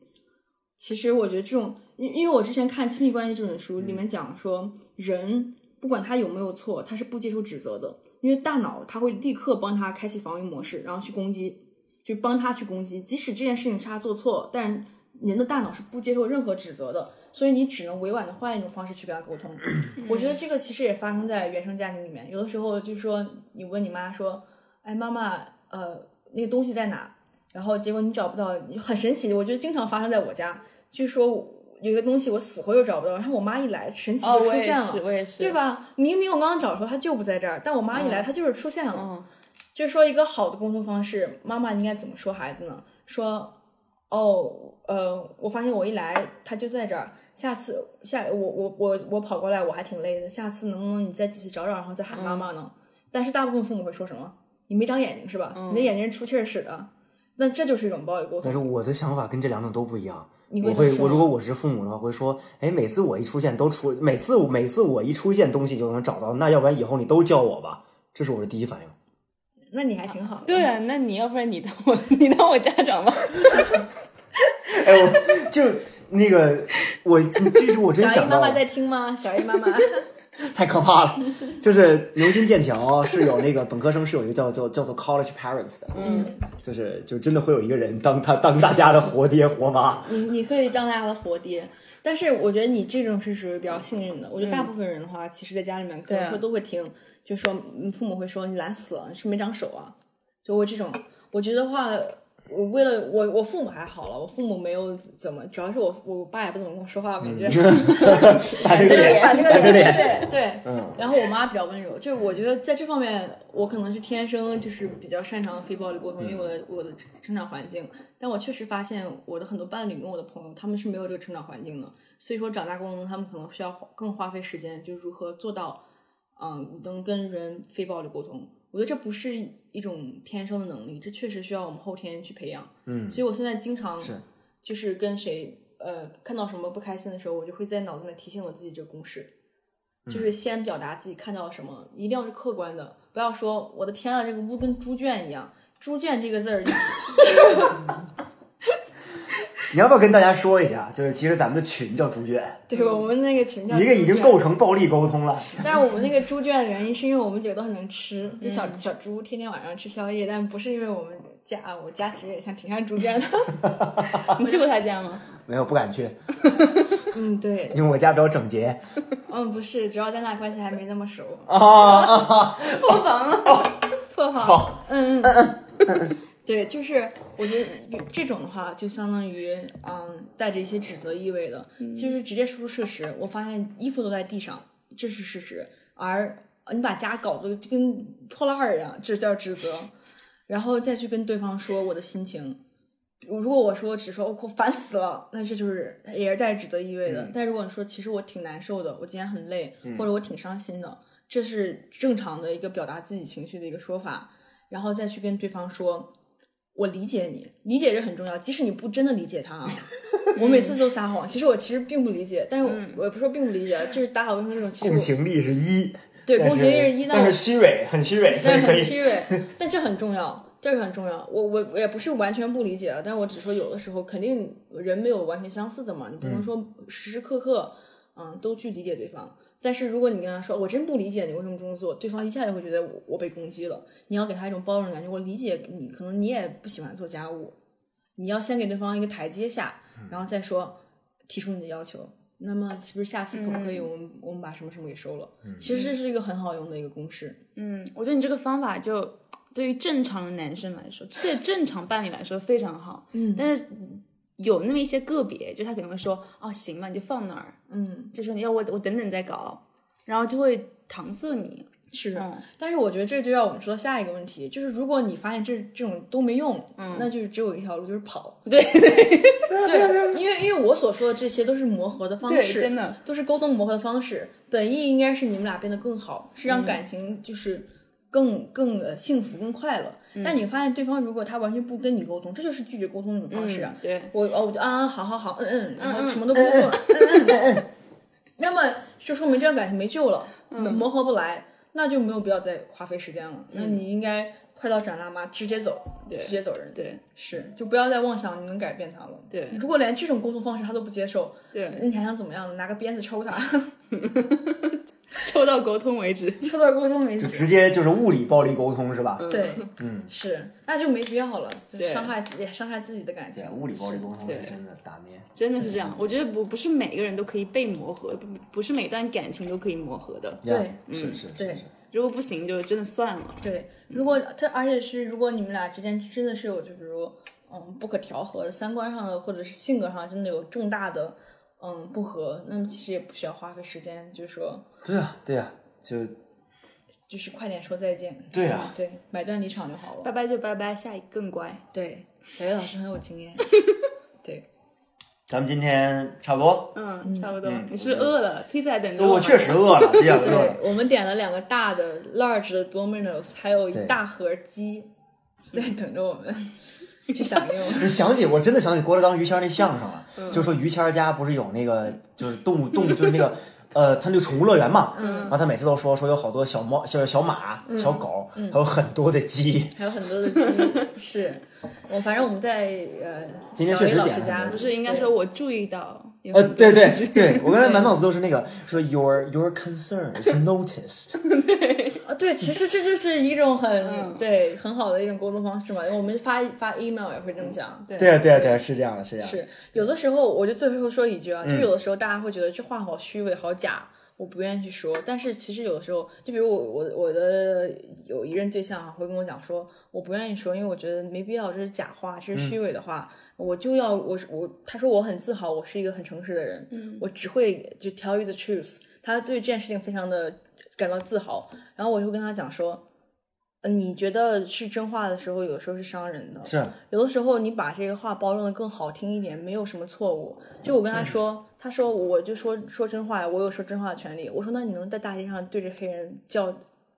Speaker 5: 其实我觉得这种，因因为我之前看《亲密关系》这本书，里面讲说，人不管他有没有错，他是不接受指责的，因为大脑他会立刻帮他开启防御模式，然后去攻击，就帮他去攻击，即使这件事情是他做错了，但人的大脑是不接受任何指责的，所以你只能委婉的换一种方式去跟他沟通。
Speaker 3: 嗯
Speaker 5: 我觉得这个其实也发生在原生家庭里面，有的时候就是说，你问你妈说，哎，妈妈，呃，那个东西在哪？然后结果你找不到，很神奇，我觉得经常发生在我家。据说有一个东西我死活又找不到，然后我妈一来，神奇
Speaker 3: 哦，
Speaker 5: 就
Speaker 3: 我
Speaker 5: 出
Speaker 3: 也
Speaker 5: 现了，
Speaker 3: 是，我也是，
Speaker 5: 对？吧？明明我刚刚找的时候它就不在这儿，但我妈一来它就是出现了。
Speaker 3: 嗯
Speaker 5: 就说一个好的沟通方式，妈妈应该怎么说孩子呢？说，哦，呃，我发现我一来他就在这儿，下次下我我我我跑过来我还挺累的，下次能不能你再仔细找找，然后再喊妈妈
Speaker 3: 嗯
Speaker 5: 呢？但是大部分父母会说什么？你没长眼睛是吧？你的眼睛是出气儿使的，那这就是一种暴力沟
Speaker 2: 但
Speaker 5: 通。
Speaker 2: 是我的想法跟这两种都不一样。
Speaker 5: 你
Speaker 2: 我
Speaker 5: 会
Speaker 2: 会，
Speaker 5: 说
Speaker 2: 我如果我是父母的话，会说，哎，每次我一出现都出，每次每次我一出现东西就能找到，那要不然以后你都教我吧，这是我的第一反应。
Speaker 5: 那你还挺好的。
Speaker 3: 对啊，那你要不然你当我 (laughs) 你当我家长吧？
Speaker 2: 哎，我就那个，我这是我真
Speaker 5: 小 A
Speaker 2: 想
Speaker 5: 妈
Speaker 2: 到啊
Speaker 5: 妈
Speaker 2: 了，
Speaker 5: 在听吗？小 A 妈妈，
Speaker 2: 太可怕了。就是牛津、剑桥是有那个本科生是有一个叫叫叫做 college parents 的东西，
Speaker 5: 嗯
Speaker 2: (laughs) 就是就真的会有一个人当他当大家的活爹活
Speaker 5: (laughs)
Speaker 2: 妈。
Speaker 5: 你你可以当大家的活爹，但是我觉得你这种是属于比较幸运的。我觉得大部分人的话，其实在家里面可能
Speaker 3: 啊
Speaker 5: 会都会听，就说嗯父母会说你懒死了，你是没长手啊，就会这种。我觉得话，我为了我我父母还好了，我父母没有怎么，主要是我我爸也不怎么跟我说话，感觉。 (laughs)
Speaker 2: 板着个脸，
Speaker 5: 板着个
Speaker 2: 板着
Speaker 5: 对
Speaker 2: 脸，
Speaker 5: 对，
Speaker 2: 嗯
Speaker 5: 然后我妈比较温柔，就是我觉得在这方面，我可能是天生就是比较擅长非暴力沟通，因为我
Speaker 2: 嗯
Speaker 5: 的我的成长环境。但我确实发现，我的很多伴侣跟我的朋友，他们是没有这个成长环境的，所以说长大过程中，他们可能需要花更花费时间，就是如何做到，嗯，能跟人非暴力沟通。我觉得这不是一种天生的能力，这确实需要我们后天去培养。
Speaker 2: 嗯
Speaker 5: 所以我现在经常
Speaker 2: 是
Speaker 5: 就是跟谁呃看到什么不开心的时候，我就会在脑子里面提醒我自己这个公式，就是先表达自己看到了什么，一定要是客观的，不要说我的天啊，这个屋跟猪圈一样。猪圈这个字儿，
Speaker 2: 你要不要跟大家说一下？就是其实咱们的群叫猪圈，
Speaker 5: 对我们那个群叫
Speaker 2: 一个已经
Speaker 5: 猪圈
Speaker 2: 构成暴力沟通了。
Speaker 5: 但我们那个猪圈的原因是因为我们几个都很能吃，就小、小猪天天晚上吃宵夜，但不是因为我们家，啊我家其实也像挺像猪圈 (laughs) 的。
Speaker 3: 你去过他家吗？
Speaker 2: 没有，不敢去， (laughs)
Speaker 5: 嗯，对，
Speaker 2: 因为我家比较整洁。
Speaker 5: 嗯，不是，主要咱俩关系还没那么熟。
Speaker 2: 啊啊！
Speaker 5: 破防。
Speaker 2: 好
Speaker 5: 嗯嗯嗯， (laughs) 对，就是我觉得这种的话，就相当于嗯带着一些指责意味的，就是直接说出事实。我发现衣服都在地上，这是事实，而呃你把家搞得就跟破烂儿一样，这叫指责。然后再去跟对方说我的心情。如果我说只说哦我烦死了，那这就是也是带着指责意味
Speaker 2: 嗯
Speaker 5: 的。但如果你说其实我挺难受的，我今天很累，或者我挺伤心的，这是正常的一个表达自己情绪的一个说法，然后再去跟对方说。我理解你，理解这很重要。即使你不真的理解他
Speaker 2: (laughs)
Speaker 5: 啊，我每次都撒谎。其实我其实并不理解，但是我,、我也不是说并不理解，就是打好卫生这种。其实
Speaker 2: (laughs) 嗯共
Speaker 5: 我
Speaker 2: 情力是一，
Speaker 5: 对
Speaker 2: 但
Speaker 5: 共情力是一，
Speaker 2: 但
Speaker 5: 我
Speaker 2: 是虚伪，很
Speaker 5: (laughs)
Speaker 2: 虚伪，所
Speaker 5: 但
Speaker 2: 以
Speaker 5: 是
Speaker 2: 可
Speaker 5: 很
Speaker 2: 以。
Speaker 5: 虚伪，但这很重要，这个很重要。我我我也不是完全不理解啊，但是我只说有的时候肯定人没有完全相似的嘛，你
Speaker 2: 嗯
Speaker 5: 不能说时时刻刻嗯都去理解对方。但是如果你跟他说我真不理解你为什么这么做，对方一下就会觉得我我被攻击了。你要给他一种包容的感觉，我理解你，可能你也不喜欢做家务，你要先给对方一个台阶下，
Speaker 2: 嗯
Speaker 5: 然后再说提出你的要求。那么是不是下次可不可以我们、我们把什么什么给收了？
Speaker 2: 嗯
Speaker 5: 其实这是一个很好用的一个公式。
Speaker 3: 嗯，我觉得你这个方法就对于正常的男生来说，对正常伴侣来说非常好。嗯，但是有那么一些个别，就他可能会说，哦，行吧，你就放那儿，
Speaker 5: 嗯，
Speaker 3: 就说你要我我等等再搞，然后就会搪塞你。
Speaker 5: 是的
Speaker 3: 嗯
Speaker 5: 但是我觉得这就要我们说到下一个问题，就是如果你发现这这种都没用，
Speaker 3: 嗯
Speaker 5: 那就是只有一条路，就是跑。
Speaker 3: 对， (laughs)
Speaker 5: 对，因为因为我所说的这些都是磨合的方式，
Speaker 3: 对真的
Speaker 5: 都是沟通磨合的方式。本意应该是你们俩变得更好，是
Speaker 3: 嗯
Speaker 5: 让感情就是更更呃幸福、更快乐。但你发现对方如果他完全不跟你沟通，这就是拒绝沟通的一种方式啊。
Speaker 3: 对
Speaker 5: 我哦我就啊啊好好好嗯嗯，然后什么都不做，嗯嗯嗯嗯， (laughs) 那么就说明这段感情没救了，磨合不来，那就没有必要再花费时间了。那你应该快刀斩乱麻，直接走，直接走人。
Speaker 3: 对
Speaker 5: 是，就不要再妄想你能改变他了。
Speaker 3: 对
Speaker 5: 如果连这种沟通方式他都不接受，
Speaker 3: 对，
Speaker 5: 你还想怎么样呢？拿个鞭子抽他， (laughs)
Speaker 3: 抽到沟通为止。
Speaker 5: 抽到沟通为止。
Speaker 2: 直接就是物理暴力沟通是吧？
Speaker 5: 对，
Speaker 2: 嗯，
Speaker 5: 是，那就没必要了，就
Speaker 3: 对
Speaker 5: 伤害自己，也伤害自己的感情
Speaker 2: 对，。物理暴力沟通
Speaker 3: 对
Speaker 2: 是真的打灭。
Speaker 3: 真的是这样，我觉得不不是每个人都可以被磨合，不不是每段感情都可以磨合的。
Speaker 5: 对
Speaker 2: Yeah，是啊是是
Speaker 5: 嗯对
Speaker 2: 是。
Speaker 3: 如果不行，就真的算了。
Speaker 5: 对，
Speaker 2: 嗯
Speaker 5: 如果这而且是如果你们俩之间真的是有，就比如嗯不可调和的三观上的或者是性格上真的有重大的嗯不合，那么其实也不需要花费时间，就是说
Speaker 2: 对啊，对啊，就
Speaker 5: 就是快点说再见。
Speaker 2: 对啊
Speaker 5: 对，买断离场就好
Speaker 3: 拜
Speaker 5: 了。
Speaker 3: 拜就拜拜，下一个更乖。
Speaker 5: 对，小叶老师很有经
Speaker 2: (laughs)
Speaker 5: 验。对，
Speaker 2: 咱们今天差不多。
Speaker 3: 嗯，差不多。
Speaker 2: 嗯
Speaker 3: 你是不是饿了？披萨还等着
Speaker 2: 我
Speaker 3: 吗
Speaker 2: 确实饿了，比较饿
Speaker 5: 对
Speaker 2: 了。
Speaker 5: 我们点了两个大的 large 的 Domino's，还有
Speaker 2: 对
Speaker 5: 一大盒鸡在等着我们去享
Speaker 2: (laughs)
Speaker 5: 用。
Speaker 2: 你想起我真的想起郭德纲于谦儿那相声了，就说于谦儿家不是有那个就是动物动物就是那个呃，他那个宠物乐园嘛，然后他每次都说说有好多小猫、小小马、小狗，还有很多的鸡。
Speaker 5: 还有很多的鸡，是我反正我们在呃
Speaker 2: 今天
Speaker 5: 小
Speaker 2: 确
Speaker 5: 雷
Speaker 2: 实
Speaker 5: 老
Speaker 2: 点
Speaker 5: 师
Speaker 2: 了很
Speaker 5: 家
Speaker 2: 多
Speaker 3: 不是应该说我注意到有
Speaker 2: 呃，
Speaker 3: 很
Speaker 2: 对
Speaker 3: 多
Speaker 2: 对
Speaker 3: 句
Speaker 2: 对，我刚才满脑子都是那个说 your your concern is noticed， (laughs)
Speaker 5: 啊，对，其实这就是一种很、对很好的一种沟通方式嘛。我们发发 email 也会这么讲，对。
Speaker 2: 对对对，是这样的，是这样的。
Speaker 5: 是有的时候，我就最后说一句啊，就有的时候大家会觉得这话好虚伪、好假，我不愿意去说。但是其实有的时候，就比如我我我的有一任对象啊，会跟我讲说，我不愿意说，因为我觉得没必要，这是假话，这是虚伪的话。我就要我是我，他说我很自豪，我是一个很诚实的人，我只会就 tell you the truth。他对这件事情非常的感到自豪，然后我就跟他讲说，呃你觉得是真话的时候，有的时候是伤人的，
Speaker 2: 是，
Speaker 5: 有的时候你把这个话包装的更好听一点，没有什么错误。就我跟
Speaker 2: 嗯
Speaker 5: 他说，他说我就说说真话呀，我有说真话的权利。我说那你能在大街上对着黑人叫就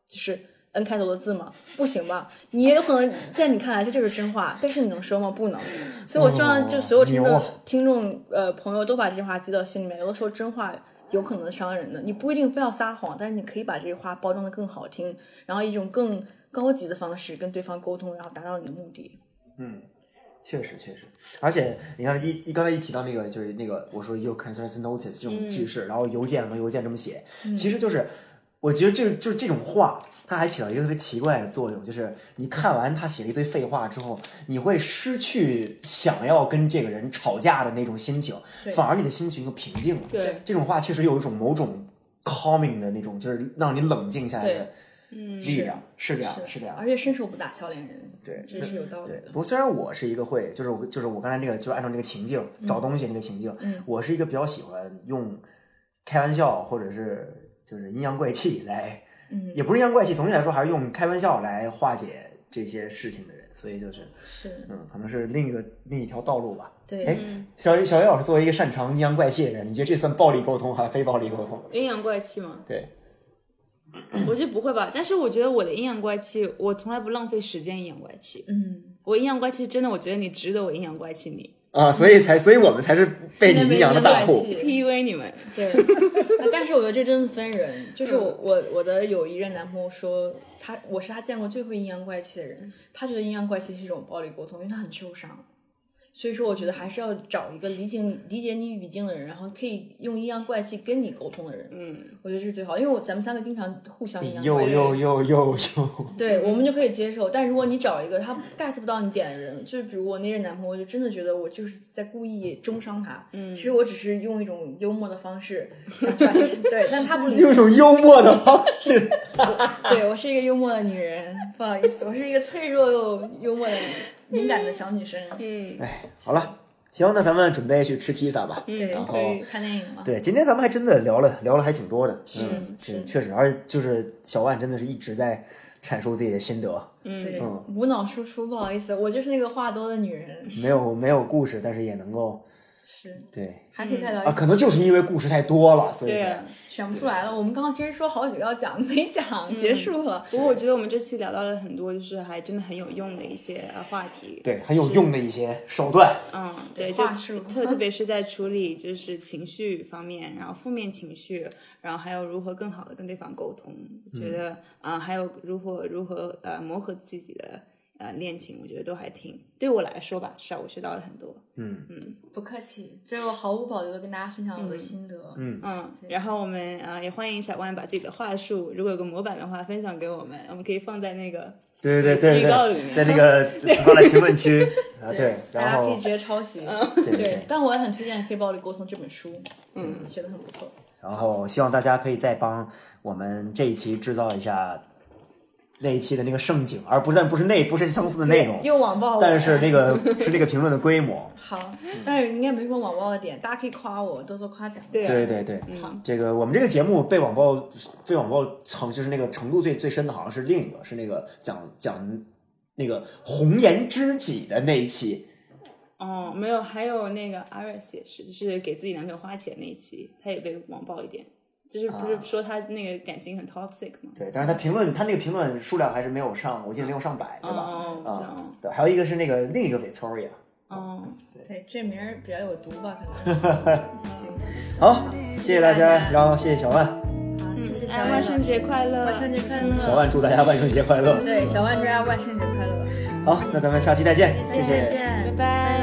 Speaker 5: 是 N 开头的字吗？不行吧？你也有可能在你看来这就是真话，但是你能说吗？不能。所以我希望就所有听众、
Speaker 2: 牛啊
Speaker 5: 听众呃朋友都把这句话记到心里面。有的时候真话。有可能伤人的，你不一定非要撒谎，但是你可以把这句话包装的更好听，然后一种更高级的方式跟对方沟通，然后达到你的目的。
Speaker 2: 确实确实，而且你看一一刚才一提到那个就是那个我说 your concerns notice 这种句式，然后邮件很多邮件这么写，其实就是我觉得这就是这种话，它还起到一个特别奇怪的作用，就是你看完他写了一堆废话之后，你会失去想要跟这个人吵架的那种心情，反而你的心情就平静了。
Speaker 3: 对，
Speaker 2: 这种话确实有一种某种 calming 的那种，就是让你冷静下来的
Speaker 5: 对
Speaker 2: 力量，是这样，啊是这样。嗯
Speaker 5: 而且伸手不打笑脸人，
Speaker 2: 对
Speaker 5: 这是有道理的
Speaker 2: 不。过虽然我是一个会，就是我就是我刚才那个，就是按照那个情境
Speaker 5: 嗯
Speaker 2: 找东西那个情境，我是一个比较喜欢用开玩笑或者是就是阴阳怪气来，
Speaker 5: 嗯
Speaker 2: 也不是阴阳怪气，总体来说还是用开玩笑来化解这些事情的人，所以就是
Speaker 5: 是，
Speaker 2: 嗯，可能是另一个另一条道路吧。
Speaker 5: 对嗯
Speaker 2: 哎，小小叶老师作为一个擅长阴阳怪气的人，你觉得这算暴力沟通还是非暴力沟通？
Speaker 3: 阴阳怪
Speaker 2: (clears throat)
Speaker 3: 气吗？
Speaker 2: 对，
Speaker 3: 我觉得不会吧，但是我觉得我的阴阳怪气，我从来不浪费时间阴阳怪气。
Speaker 5: 嗯，
Speaker 3: 我阴阳怪气真的，我觉得你值得我阴阳怪气你
Speaker 2: 啊，所以才所以我们才是被你阴阳的大户。
Speaker 3: ，PUA 你们。
Speaker 5: 对， (laughs) 那但是我觉得这真的分人，就是
Speaker 2: 嗯
Speaker 5: 我我我的有一任男朋友说，他我是他见过最会阴阳怪气的人，他觉得阴阳怪气是一种暴力沟通，因为他很受伤，所以说我觉得还是要找一个理解你理解你语境的人，然后可以用阴阳怪气跟你沟通的人，
Speaker 3: 嗯，
Speaker 5: 我觉得这是最好，因为我咱们三个经常互相阴阳怪
Speaker 2: 哎又
Speaker 5: 气，
Speaker 2: 又又又又，
Speaker 5: 对我们就可以接受。但如果你找一个他 get 不到你点的人，就是比如我那任男朋友，我就真的觉得我就是在故意中伤他。嗯，其实我只是用一种幽默的方
Speaker 2: (laughs)
Speaker 5: 式想去把这对，但他不理
Speaker 2: 用一
Speaker 5: 解。
Speaker 2: 种幽默的方式。
Speaker 5: 对我是一个幽默的女人，不好意思，我是一个脆弱又幽默的敏感的小女生。
Speaker 2: (laughs) 嗯好了，行，那咱们准备去吃披萨吧。
Speaker 5: 对，
Speaker 2: 然后
Speaker 5: 可以看电影了。
Speaker 2: 对，今天咱们还真的聊了聊了还挺多的，嗯，是确实，而且就是小万真的是一直在阐述自己的心得，
Speaker 5: 对
Speaker 2: 嗯，
Speaker 5: 无脑输出，不好意思，我就是那个话多的女人。
Speaker 2: 没有没有故事，但是也能够
Speaker 5: 是，
Speaker 2: 对
Speaker 5: 还可以再聊
Speaker 2: 啊，
Speaker 5: 一
Speaker 2: 可能就是因为故事太多了，所以
Speaker 3: 对
Speaker 2: 才
Speaker 3: 啊
Speaker 5: 选不出来了。我们刚刚其实说好久要讲，没
Speaker 2: 嗯
Speaker 5: 讲，结束了。
Speaker 3: 不过我觉得我们这期聊到了很多，就是还真的很有用的一些呃话题。
Speaker 2: 对很有用的一些手段。
Speaker 3: 嗯，对，就
Speaker 5: 话术
Speaker 3: 特特别是在处理就是情绪方面，然后负面情绪，然后还有如何更好的跟对方沟通，我觉得啊、还有如何如何呃磨合自己的呃恋情，我觉得都还挺对我来说吧，至少我学到了很多。
Speaker 5: 不客气，这是我毫无保留的跟大家分享我的心得。嗯，
Speaker 3: 嗯，然后我们啊、呃也欢迎小万把自己的话术，如果有个模板的话，分享给我们，我们可以放在那个
Speaker 2: 对对对
Speaker 3: 预告
Speaker 2: 对
Speaker 3: 里
Speaker 2: 对，
Speaker 3: 面
Speaker 2: 在那个发来评论区啊，对，
Speaker 5: 大家
Speaker 2: 然
Speaker 5: 可以
Speaker 2: 后
Speaker 5: 直接抄袭。
Speaker 3: 嗯
Speaker 2: (laughs) 对对
Speaker 5: 对，，但我也很推荐《非暴力沟通》这本书，嗯，写的很不错。
Speaker 2: 然后希望大家可以再帮我们这一期制造一下那一期的那个盛景，而不但不是那不是相似的内容，
Speaker 5: 又网暴我，
Speaker 2: 但是那嗯个是那个评论的规模。
Speaker 5: 好，但是应该没什么网暴的点，大家可以夸我，多做夸奖。
Speaker 3: 对啊
Speaker 2: 对对对，
Speaker 5: 好
Speaker 2: 这个我们这个节目被网暴被网暴程就是那个程度最最深的，好像是另一个是那个讲讲那个红颜知己的那一期。
Speaker 3: 哦，没有，还有那个 Iris 也是，就是给自己男朋友花钱那一期，她也被网暴一点，就是不
Speaker 2: 啊
Speaker 3: 是说她那个感情很 toxic 吗？
Speaker 2: 对，但是他评论他那个评论数量还是没有上，我记得没有上百，对吧？
Speaker 3: 哦这
Speaker 2: 啊、
Speaker 3: 样
Speaker 2: 对，还有一个是那个另一个 Victoria。
Speaker 3: 哦，
Speaker 5: 对，这名儿比较有毒吧，可能。
Speaker 2: 好，谢谢大家，然后谢谢小万。
Speaker 5: 好，谢谢小
Speaker 3: 哎，
Speaker 5: 万
Speaker 3: 万
Speaker 5: 老
Speaker 3: 圣
Speaker 5: 师，
Speaker 3: 节快乐！
Speaker 5: 万圣节快
Speaker 2: 小
Speaker 5: 乐。
Speaker 2: 万祝大家万圣节快乐！
Speaker 5: 对，小万祝大家万圣节快乐，
Speaker 2: 好，那咱们下期再见，谢谢。
Speaker 5: 见
Speaker 3: 拜拜。